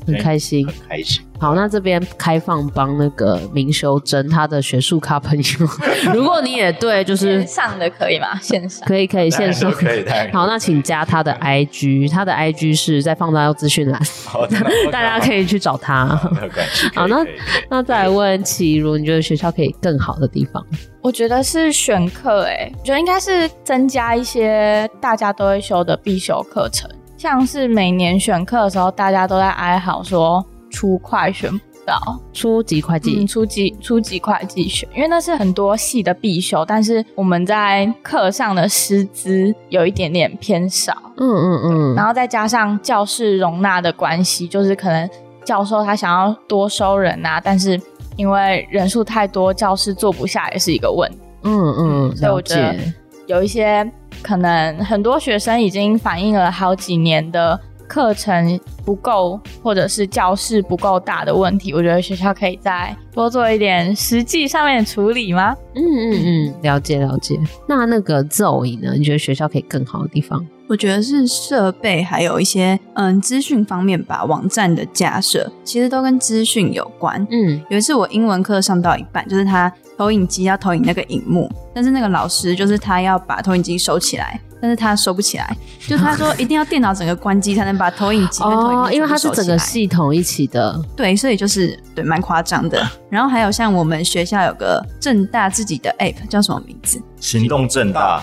很开心。
很开心。
好，那这边开放帮那个明修真他的学术咖朋 友，如果你也对，就是
线上的可以吗？线上
可以可以线上
当然都可以哎当然
好，那请加他的 IG，他的 IG 是在放到资讯栏，
好， 真的
大家可以去找他。
没有关系。
好
可以
那
可以 可以
那再来问齐如，你觉得学校可以更好的地方？
我觉得是选课、欸，哎，我觉得应该是增加一些大家都会修的必修课程，像是每年选课的时候，大家都在哀嚎说初快选不到，
初级会计
嗯，，初级初级会计学，因为那是很多系的必修，但是我们在课上的师资有一点点偏少，
嗯嗯嗯，
然后再加上教室容纳的关系，就是可能教授他想要多收人啊，但是因为人数太多，教室坐不下也是一个问题。
嗯嗯，
所以我
了
觉得
解
有一些可能很多学生已经反映了好几年的课程不够，或者是教室不够大的问题，我觉得学校可以再多做一点实际上面的处理吗？
嗯嗯嗯， 了解了解。那那个咒语呢？你觉得学校可以更好的地方？
我觉得是设备，还有一些嗯资讯方面吧，网站的架设其实都跟资讯有关。
嗯
有一次我英文课上到一半，就是他投影机要投影那个荧幕，但是那个老师就是他要把投影机收起来，但是他收不起来，就他说一定要电脑整个关机才能把投影机跟投影幕
哦，因为它是
全部收
整
起来
个系统一起的，
对，所以就是对蛮夸张 的。然后还有像我们学校有个正大自己的 app 叫什么名字？
行动正大，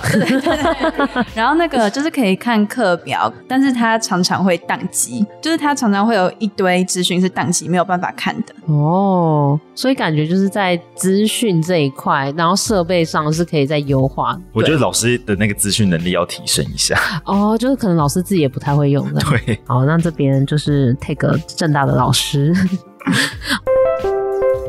然后那个就是可以看课表，但是它常常会宕机，就是它常常会有一堆资讯是宕机没有办法看的。
哦，所以感觉就是在资讯这一块，然后设备上是可以再优化的
我觉得老师的那个资讯能力要提升一下。
哦，就是可能老师自己也不太会用的。
对，
好，那这边就是 take 正大的老师。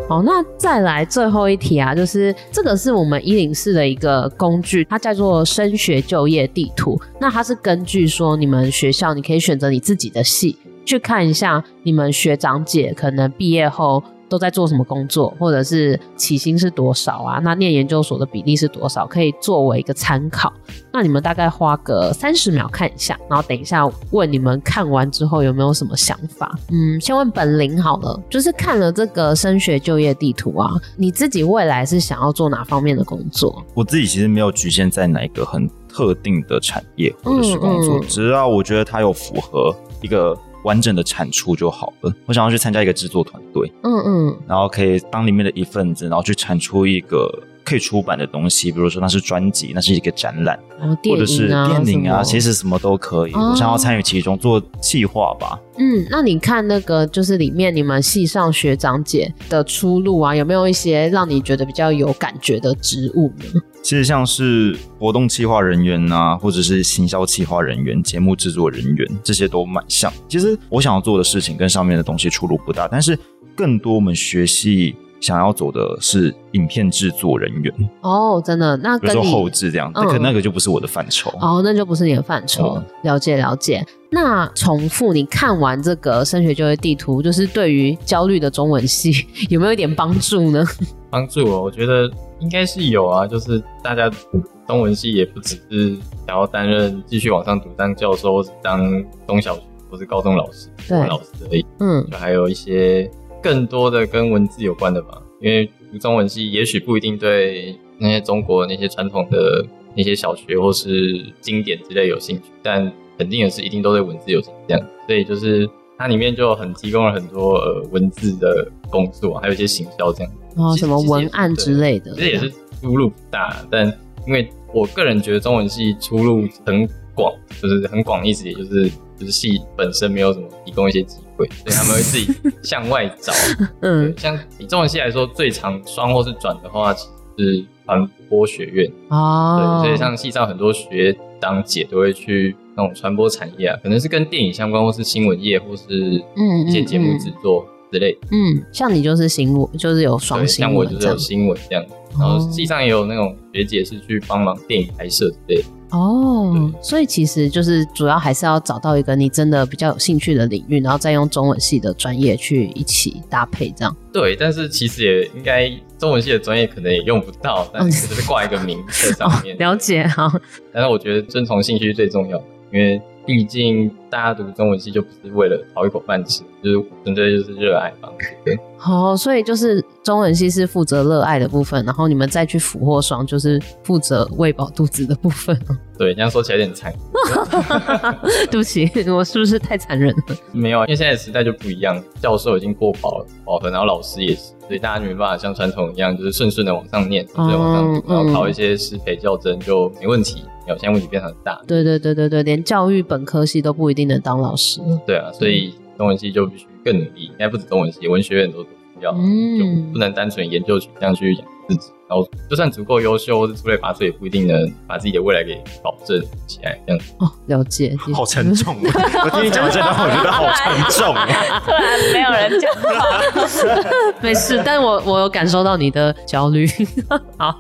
好，那再来最后一题啊，就是这个是我们一零四的一个工具，它叫做升学就业地图。那它是根据说你们学校，你可以选择你自己的系，去看一下你们学长姐可能毕业后都在做什么工作，或者是起薪是多少啊？那念研究所的比例是多少？可以作为一个参考。那你们大概花个三十秒看一下，然后等一下问你们看完之后有没有什么想法。嗯，先问本林好了，就是看了这个升学就业地图啊，你自己未来是想要做哪方面的工作？
我自己其实没有局限在哪一个很特定的产业或者是工作，
嗯嗯
只要我觉得它有符合一个完整的产出就好了。我想要去参加一个制作团队，
嗯嗯
然后可以当里面的一份子，然后去产出一个可以出版的东西，比如说那是专辑，那是一个展览，，
然后
或
电
者是
影啊，
电影啊，
什么
其实什么都可以。
哦
我想要参与其中做企划吧。
嗯，那你看那个就是里面你们系上学长姐的出路啊，有没有一些让你觉得比较有感觉的职务呢？
其实像是活动企划人员啊，或者是行销企划人员、节目制作人员，这些都蛮像。其实我想要做的事情跟上面的东西出入不大，但是更多我们学系想要走的是影片制作人员，
哦，真的，那
比如
跟
说
你
后置这样，
嗯
可那个就不是我的范畴。
哦，那就不是你的范畴。
哦
嗯
了解了解。那重复，你看完这个升学就业地图，就是对于焦虑的中文系 有没有一点帮助呢？
帮助我，我觉得应该是有啊。就是大家中文系也不只是想要担任继续往上读当教授，或是当中小学或是高中老师、
对
老师而已，
嗯
就还有一些更多的跟文字有关的吧。因为读中文系也许不一定对那些中国那些传统的那些小学或是经典之类有兴趣，但肯定也是一定都对文字有兴趣这样。所以就是它里面就很提供了很多呃文字的工作，还有一些行销这样。
然哦后什么
其实
文案之类的，
其实也是出入不大，但因为我个人觉得中文系出入很广，就是很广意思，也就是就是系本身没有什么提供一些机会，所以他们会自己向外找。
嗯
对，像以中文系来说，最常双或是转的话，其实是传播学院。
哦，
对，所以像系上很多学长姐都会去那种传播产业啊，可能是跟电影相关，或是新闻业，或是
嗯
一些节目制作之类的。
嗯，像你就是新闻，就是有
对
双新
像我
闻
就是
这样哦
有新闻这样，然后系上也有那种学姐是去帮忙电影拍摄之类的。
哦，所以其实就是主要还是要找到一个你真的比较有兴趣的领域，然后再用中文系的专业去一起搭配这样。
对，但是其实也应该中文系的专业可能也用不到，但
嗯
是只是挂一个名册上面。
了解哈，
但是我觉得遵从兴趣是最重要的，因为毕竟大家读中文系就不是为了讨一口饭吃，就是纯粹就是热爱吧。对，
哦，所以就是中文系是负责热爱的部分，然后你们再去俘获双就是负责喂饱肚子的部分。
对，这样说起来有点残酷，
对不起，我是不是太残忍了？
没有，啊，因为现在的时代就不一样，教授已经过饱了饱和，然后老师也是，所以大家就没办法像传统一样，就是顺顺的往上念，顺顺地往上
嗯
读，然后考一些师培较真就没问题。没有，现在问题变得很大，
对对对对对，连教育本科系都不一定能当老师。
对啊，所以中文系就必须更努力，应该不止中文系，文学院都要，
嗯
就不能单纯研究取向去养自己。然后就算足够优秀或是出类拔萃，也不一定能把自己的未来给保证起来。这样子，
哦，了解。
好沉重哦。我听你讲这段话，我觉得好沉重哎。
突然没有人讲话。
没事，但我我有感受到你的焦虑。 好，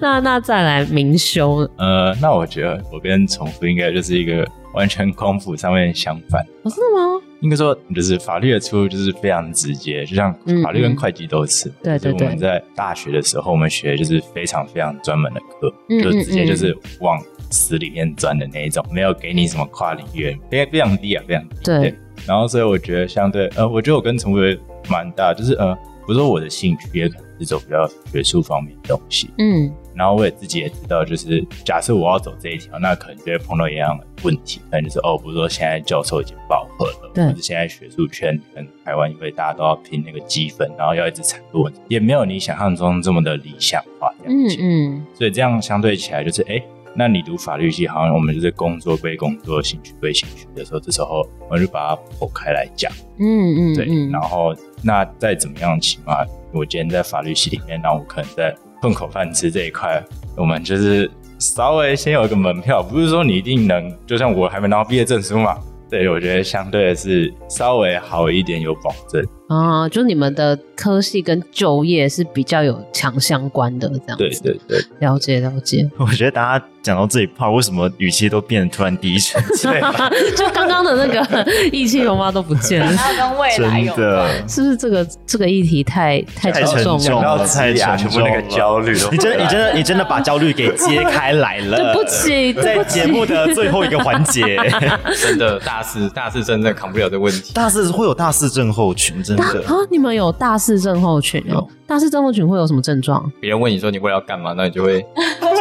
那那再来明修，
呃，那我觉得我跟重复应该就是一个完全光谱上面相反。
哦，真的吗？
应该说，就是法律的出入就是非常直接，就像
嗯
法律跟会计都是。
对
就是
对对
我们在大学的时候，我们学的就是非常非常专门的课，
嗯
就直
嗯
接
嗯
就是往死里面钻的那一种，没有给你什么跨领域，非非常低啊，非常低。
对
然后，所以我觉得相对，呃，我觉得我跟陈伟蛮大，就是呃，不是说我的兴趣，也可能是走比较学术方面的东西。
嗯
然后我也自己也知道，就是假设我要走这一条，那可能就会碰到一样的问题，可能就是哦，比如说现在教授已经饱和了，
对
或者现在学术圈可能台湾因为大家都要拼那个积分，然后要一直产论，也没有你想象中这么的理想化这样
嗯
子，
嗯，
所以这样相对起来就是哎。诶那你读法律系，好像我们就是工作归工作，兴趣归兴趣的时候，这时候我就把它剖开来讲。
嗯嗯，
对，
嗯
然后那再怎么样，起码我今天在法律系里面，那我可能在混口饭吃这一块，我们就是稍微先有一个门票，不是说你一定能，就像我还没拿到毕业证书嘛。对，我觉得相对的是稍微好一点，有保证。
啊，就你们的科系跟就业是比较有强相关的，这样
对
子
对对，
了解了解。
我觉得大家讲到这一 part，为什么语气都变得突然低 沉起来？
就刚刚的那个意气风发都不见 了，
还有跟未来
真
有关。
的。
是不是这个这个议题太太
太
沉
沉
重
重
了？
了，太沉
全
重
部
了
那个焦虑都
你真的，你真的，你真的把焦虑给揭开来了。
对不起，对
呃在
不起
节目的最后一个环节，
真的大四大四真正扛不了这个问 题。
大四会有大四症候群，真的。
啊，你们有大四症候群哦
有？
大四症候群会有什么症状？
别人问你说你未来要干嘛，那你就会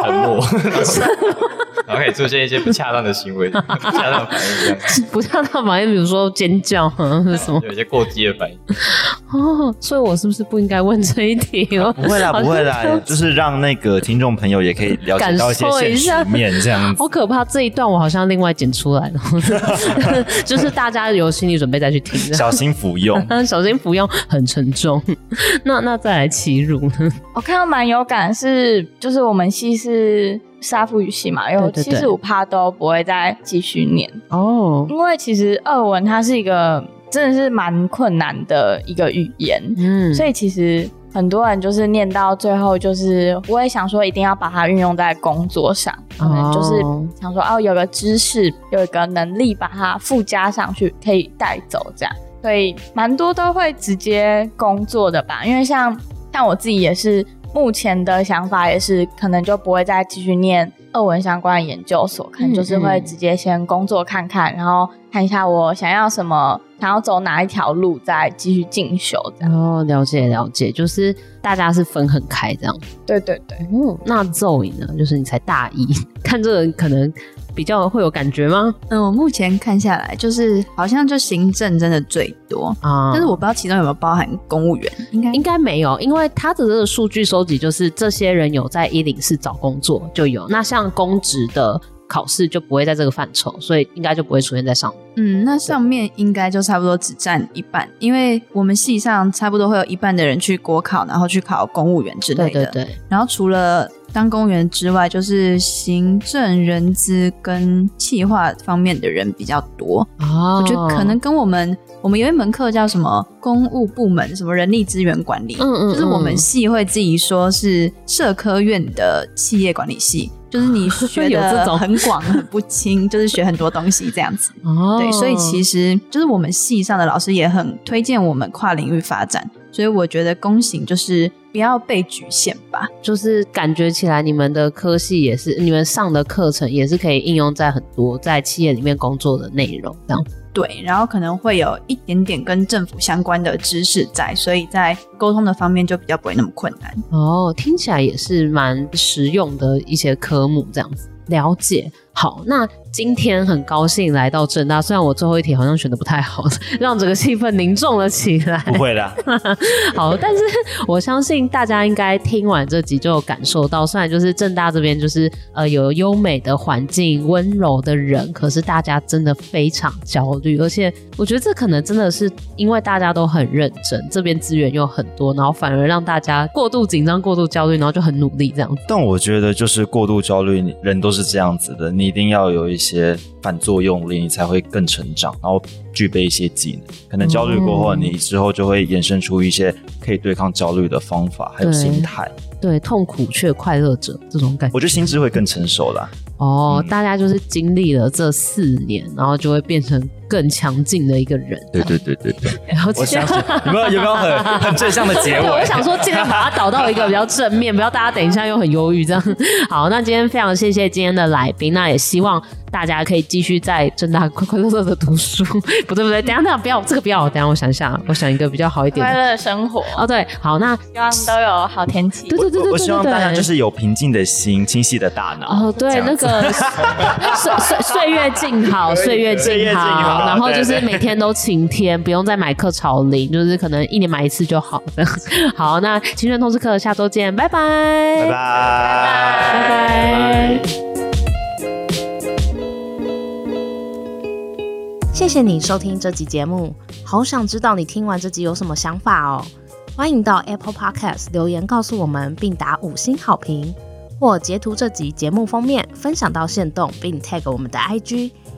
沉默，然后可以出现一些不恰当的行为、不 恰当的反应，这样子
不像他反应，比如说尖叫 啊什么
有一些过激的反应。
哦，所以我是不是不应该问这一题哦？
不会啦，
好像
不会
这样
啦，
子
就是让那个听众朋友也可以了解到一些
感受一
现
下
实面这 样子
好。可怕！这一段我好像另外剪出来了， 就是大家有心理准备再去听的。，
小心服用
但小心服用很沉重。 那那再来欺辱呢？
我看到蛮有感的是，就是我们系是沙夫语系嘛，有
对
七
对对
十五趴都不会再继续念，
哦，
因为其实俄文它是一个真的是蛮困难的一个语言，
嗯
所以其实很多人就是念到最后，就是我也想说一定要把它运用在工作上，可能就是
哦
想说哦，有个知识，有一个能力，把它附加上去，可以带走这样。所以蛮多都会直接工作的吧，因为像像我自己也是，目前的想法也是，可能就不会再继续念俄文相关的研究所，可能就是会直接先工作看看，然后看一下我想要什么，想要走哪一条路，再继续进修这样。
哦，了解了解，就是大家是分很开这样。
对对对，
哦，那咒语呢？就是你才大一， 看这个可能比较会有感觉吗？
嗯，我目前看下来，就是好像就行政真的最多，
啊，
但是我不知道其中有没有包含公务员，应该
应该没有，因为他的这个数据收集就是这些人有在一零四找工作就有，那像公职的考试就不会在这个范畴，所以应该就不会出现在上面。
嗯，那上面应该就差不多只占一半，因为我们系上差不多会有一半的人去国考，然后去考公务员之类
对
的。
对对，
然后除了当公务员之外，就是行政、人资跟企划方面的人比较多。
哦，
我觉得可能跟我们我们有一门课叫什么公务部门什么人力资源管理，
嗯嗯
就是我们
嗯
系会自己说是社科院的企业管理系，就是你学
有这
的
种
很 广很不清，就是学很多东西这样子。
哦，
对，所以其
实
实就是我们系上的老师也很推荐我们跨领域发展，所以我觉得公行就是不要被局限吧。
就是感觉起来，你们的科系也是，你们上的课程也是可以应用在很多在企业里面工作的内容，这样子。
对，然后可能会有一点点跟政府相关的知识在，所以在沟通的方面就比较不会那么困难。
哦，听起来也是蛮实用的一些科目，这样子了解。好，那今天很高兴来到正大，虽然我最后一题好像选的不太好， 让整个气氛凝重了起来。
不会啦，
好，但是我相信大家应该听完这集就有感受到，虽然就是正大这边就是呃有优美的环境、温柔的人，可是大家真的非常焦虑，而且我觉得这可能真的是因为大家都很认真，这边资源又很多，然后反而让大家过度紧张、过度焦虑，然后就很努力这样子。
但我觉得就是过度焦虑，人都是这样子的，你一定要有一些反作用力，你才会更成长，然后具备一些技能。可能焦虑过后，
嗯
你之后就会衍生出一些可以对抗焦虑的方法，还有
对
心态。
对，痛苦却快乐者这种感觉
我。觉得心智会更成熟 啦。
哦，
嗯
大家就是经历了这四年，然后就会变成更强劲的一个人。
对对对对对，
了解。
我相信有没有有没有很很正向的结
对，我
尾？
想说尽量把它导到一个比较正面，不要大家等一下又很忧郁这样。 好，那今天非常谢谢今天的来宾，那也希望大家可以继续在正大快快乐乐的读书， 不对不对，等一下等一下不要这个不要，等一下我想一下，我想一个比较好一点
快
的。
乐的生活，
哦对，好那
希望都有好天气。
对对对对对对，
我希望大家
对
就是有平静的心，清晰的大脑。
哦，对，
这样
那个岁岁岁月静好，岁月
岁月
静
静
好，
好
然后
对
就是
对
每天都晴天，不用再买课潮林，就是可能一年买一次就好。这样 好，那青春通识课下周见，拜拜，
拜拜。
拜拜
谢谢你收听这集节目，好想知道你听完这集有什么想法哦。欢迎到 Apple Podcast 留言告诉我们，并打五星好评，或截图这集节目封面分享到线动，并 tag 我们的 IG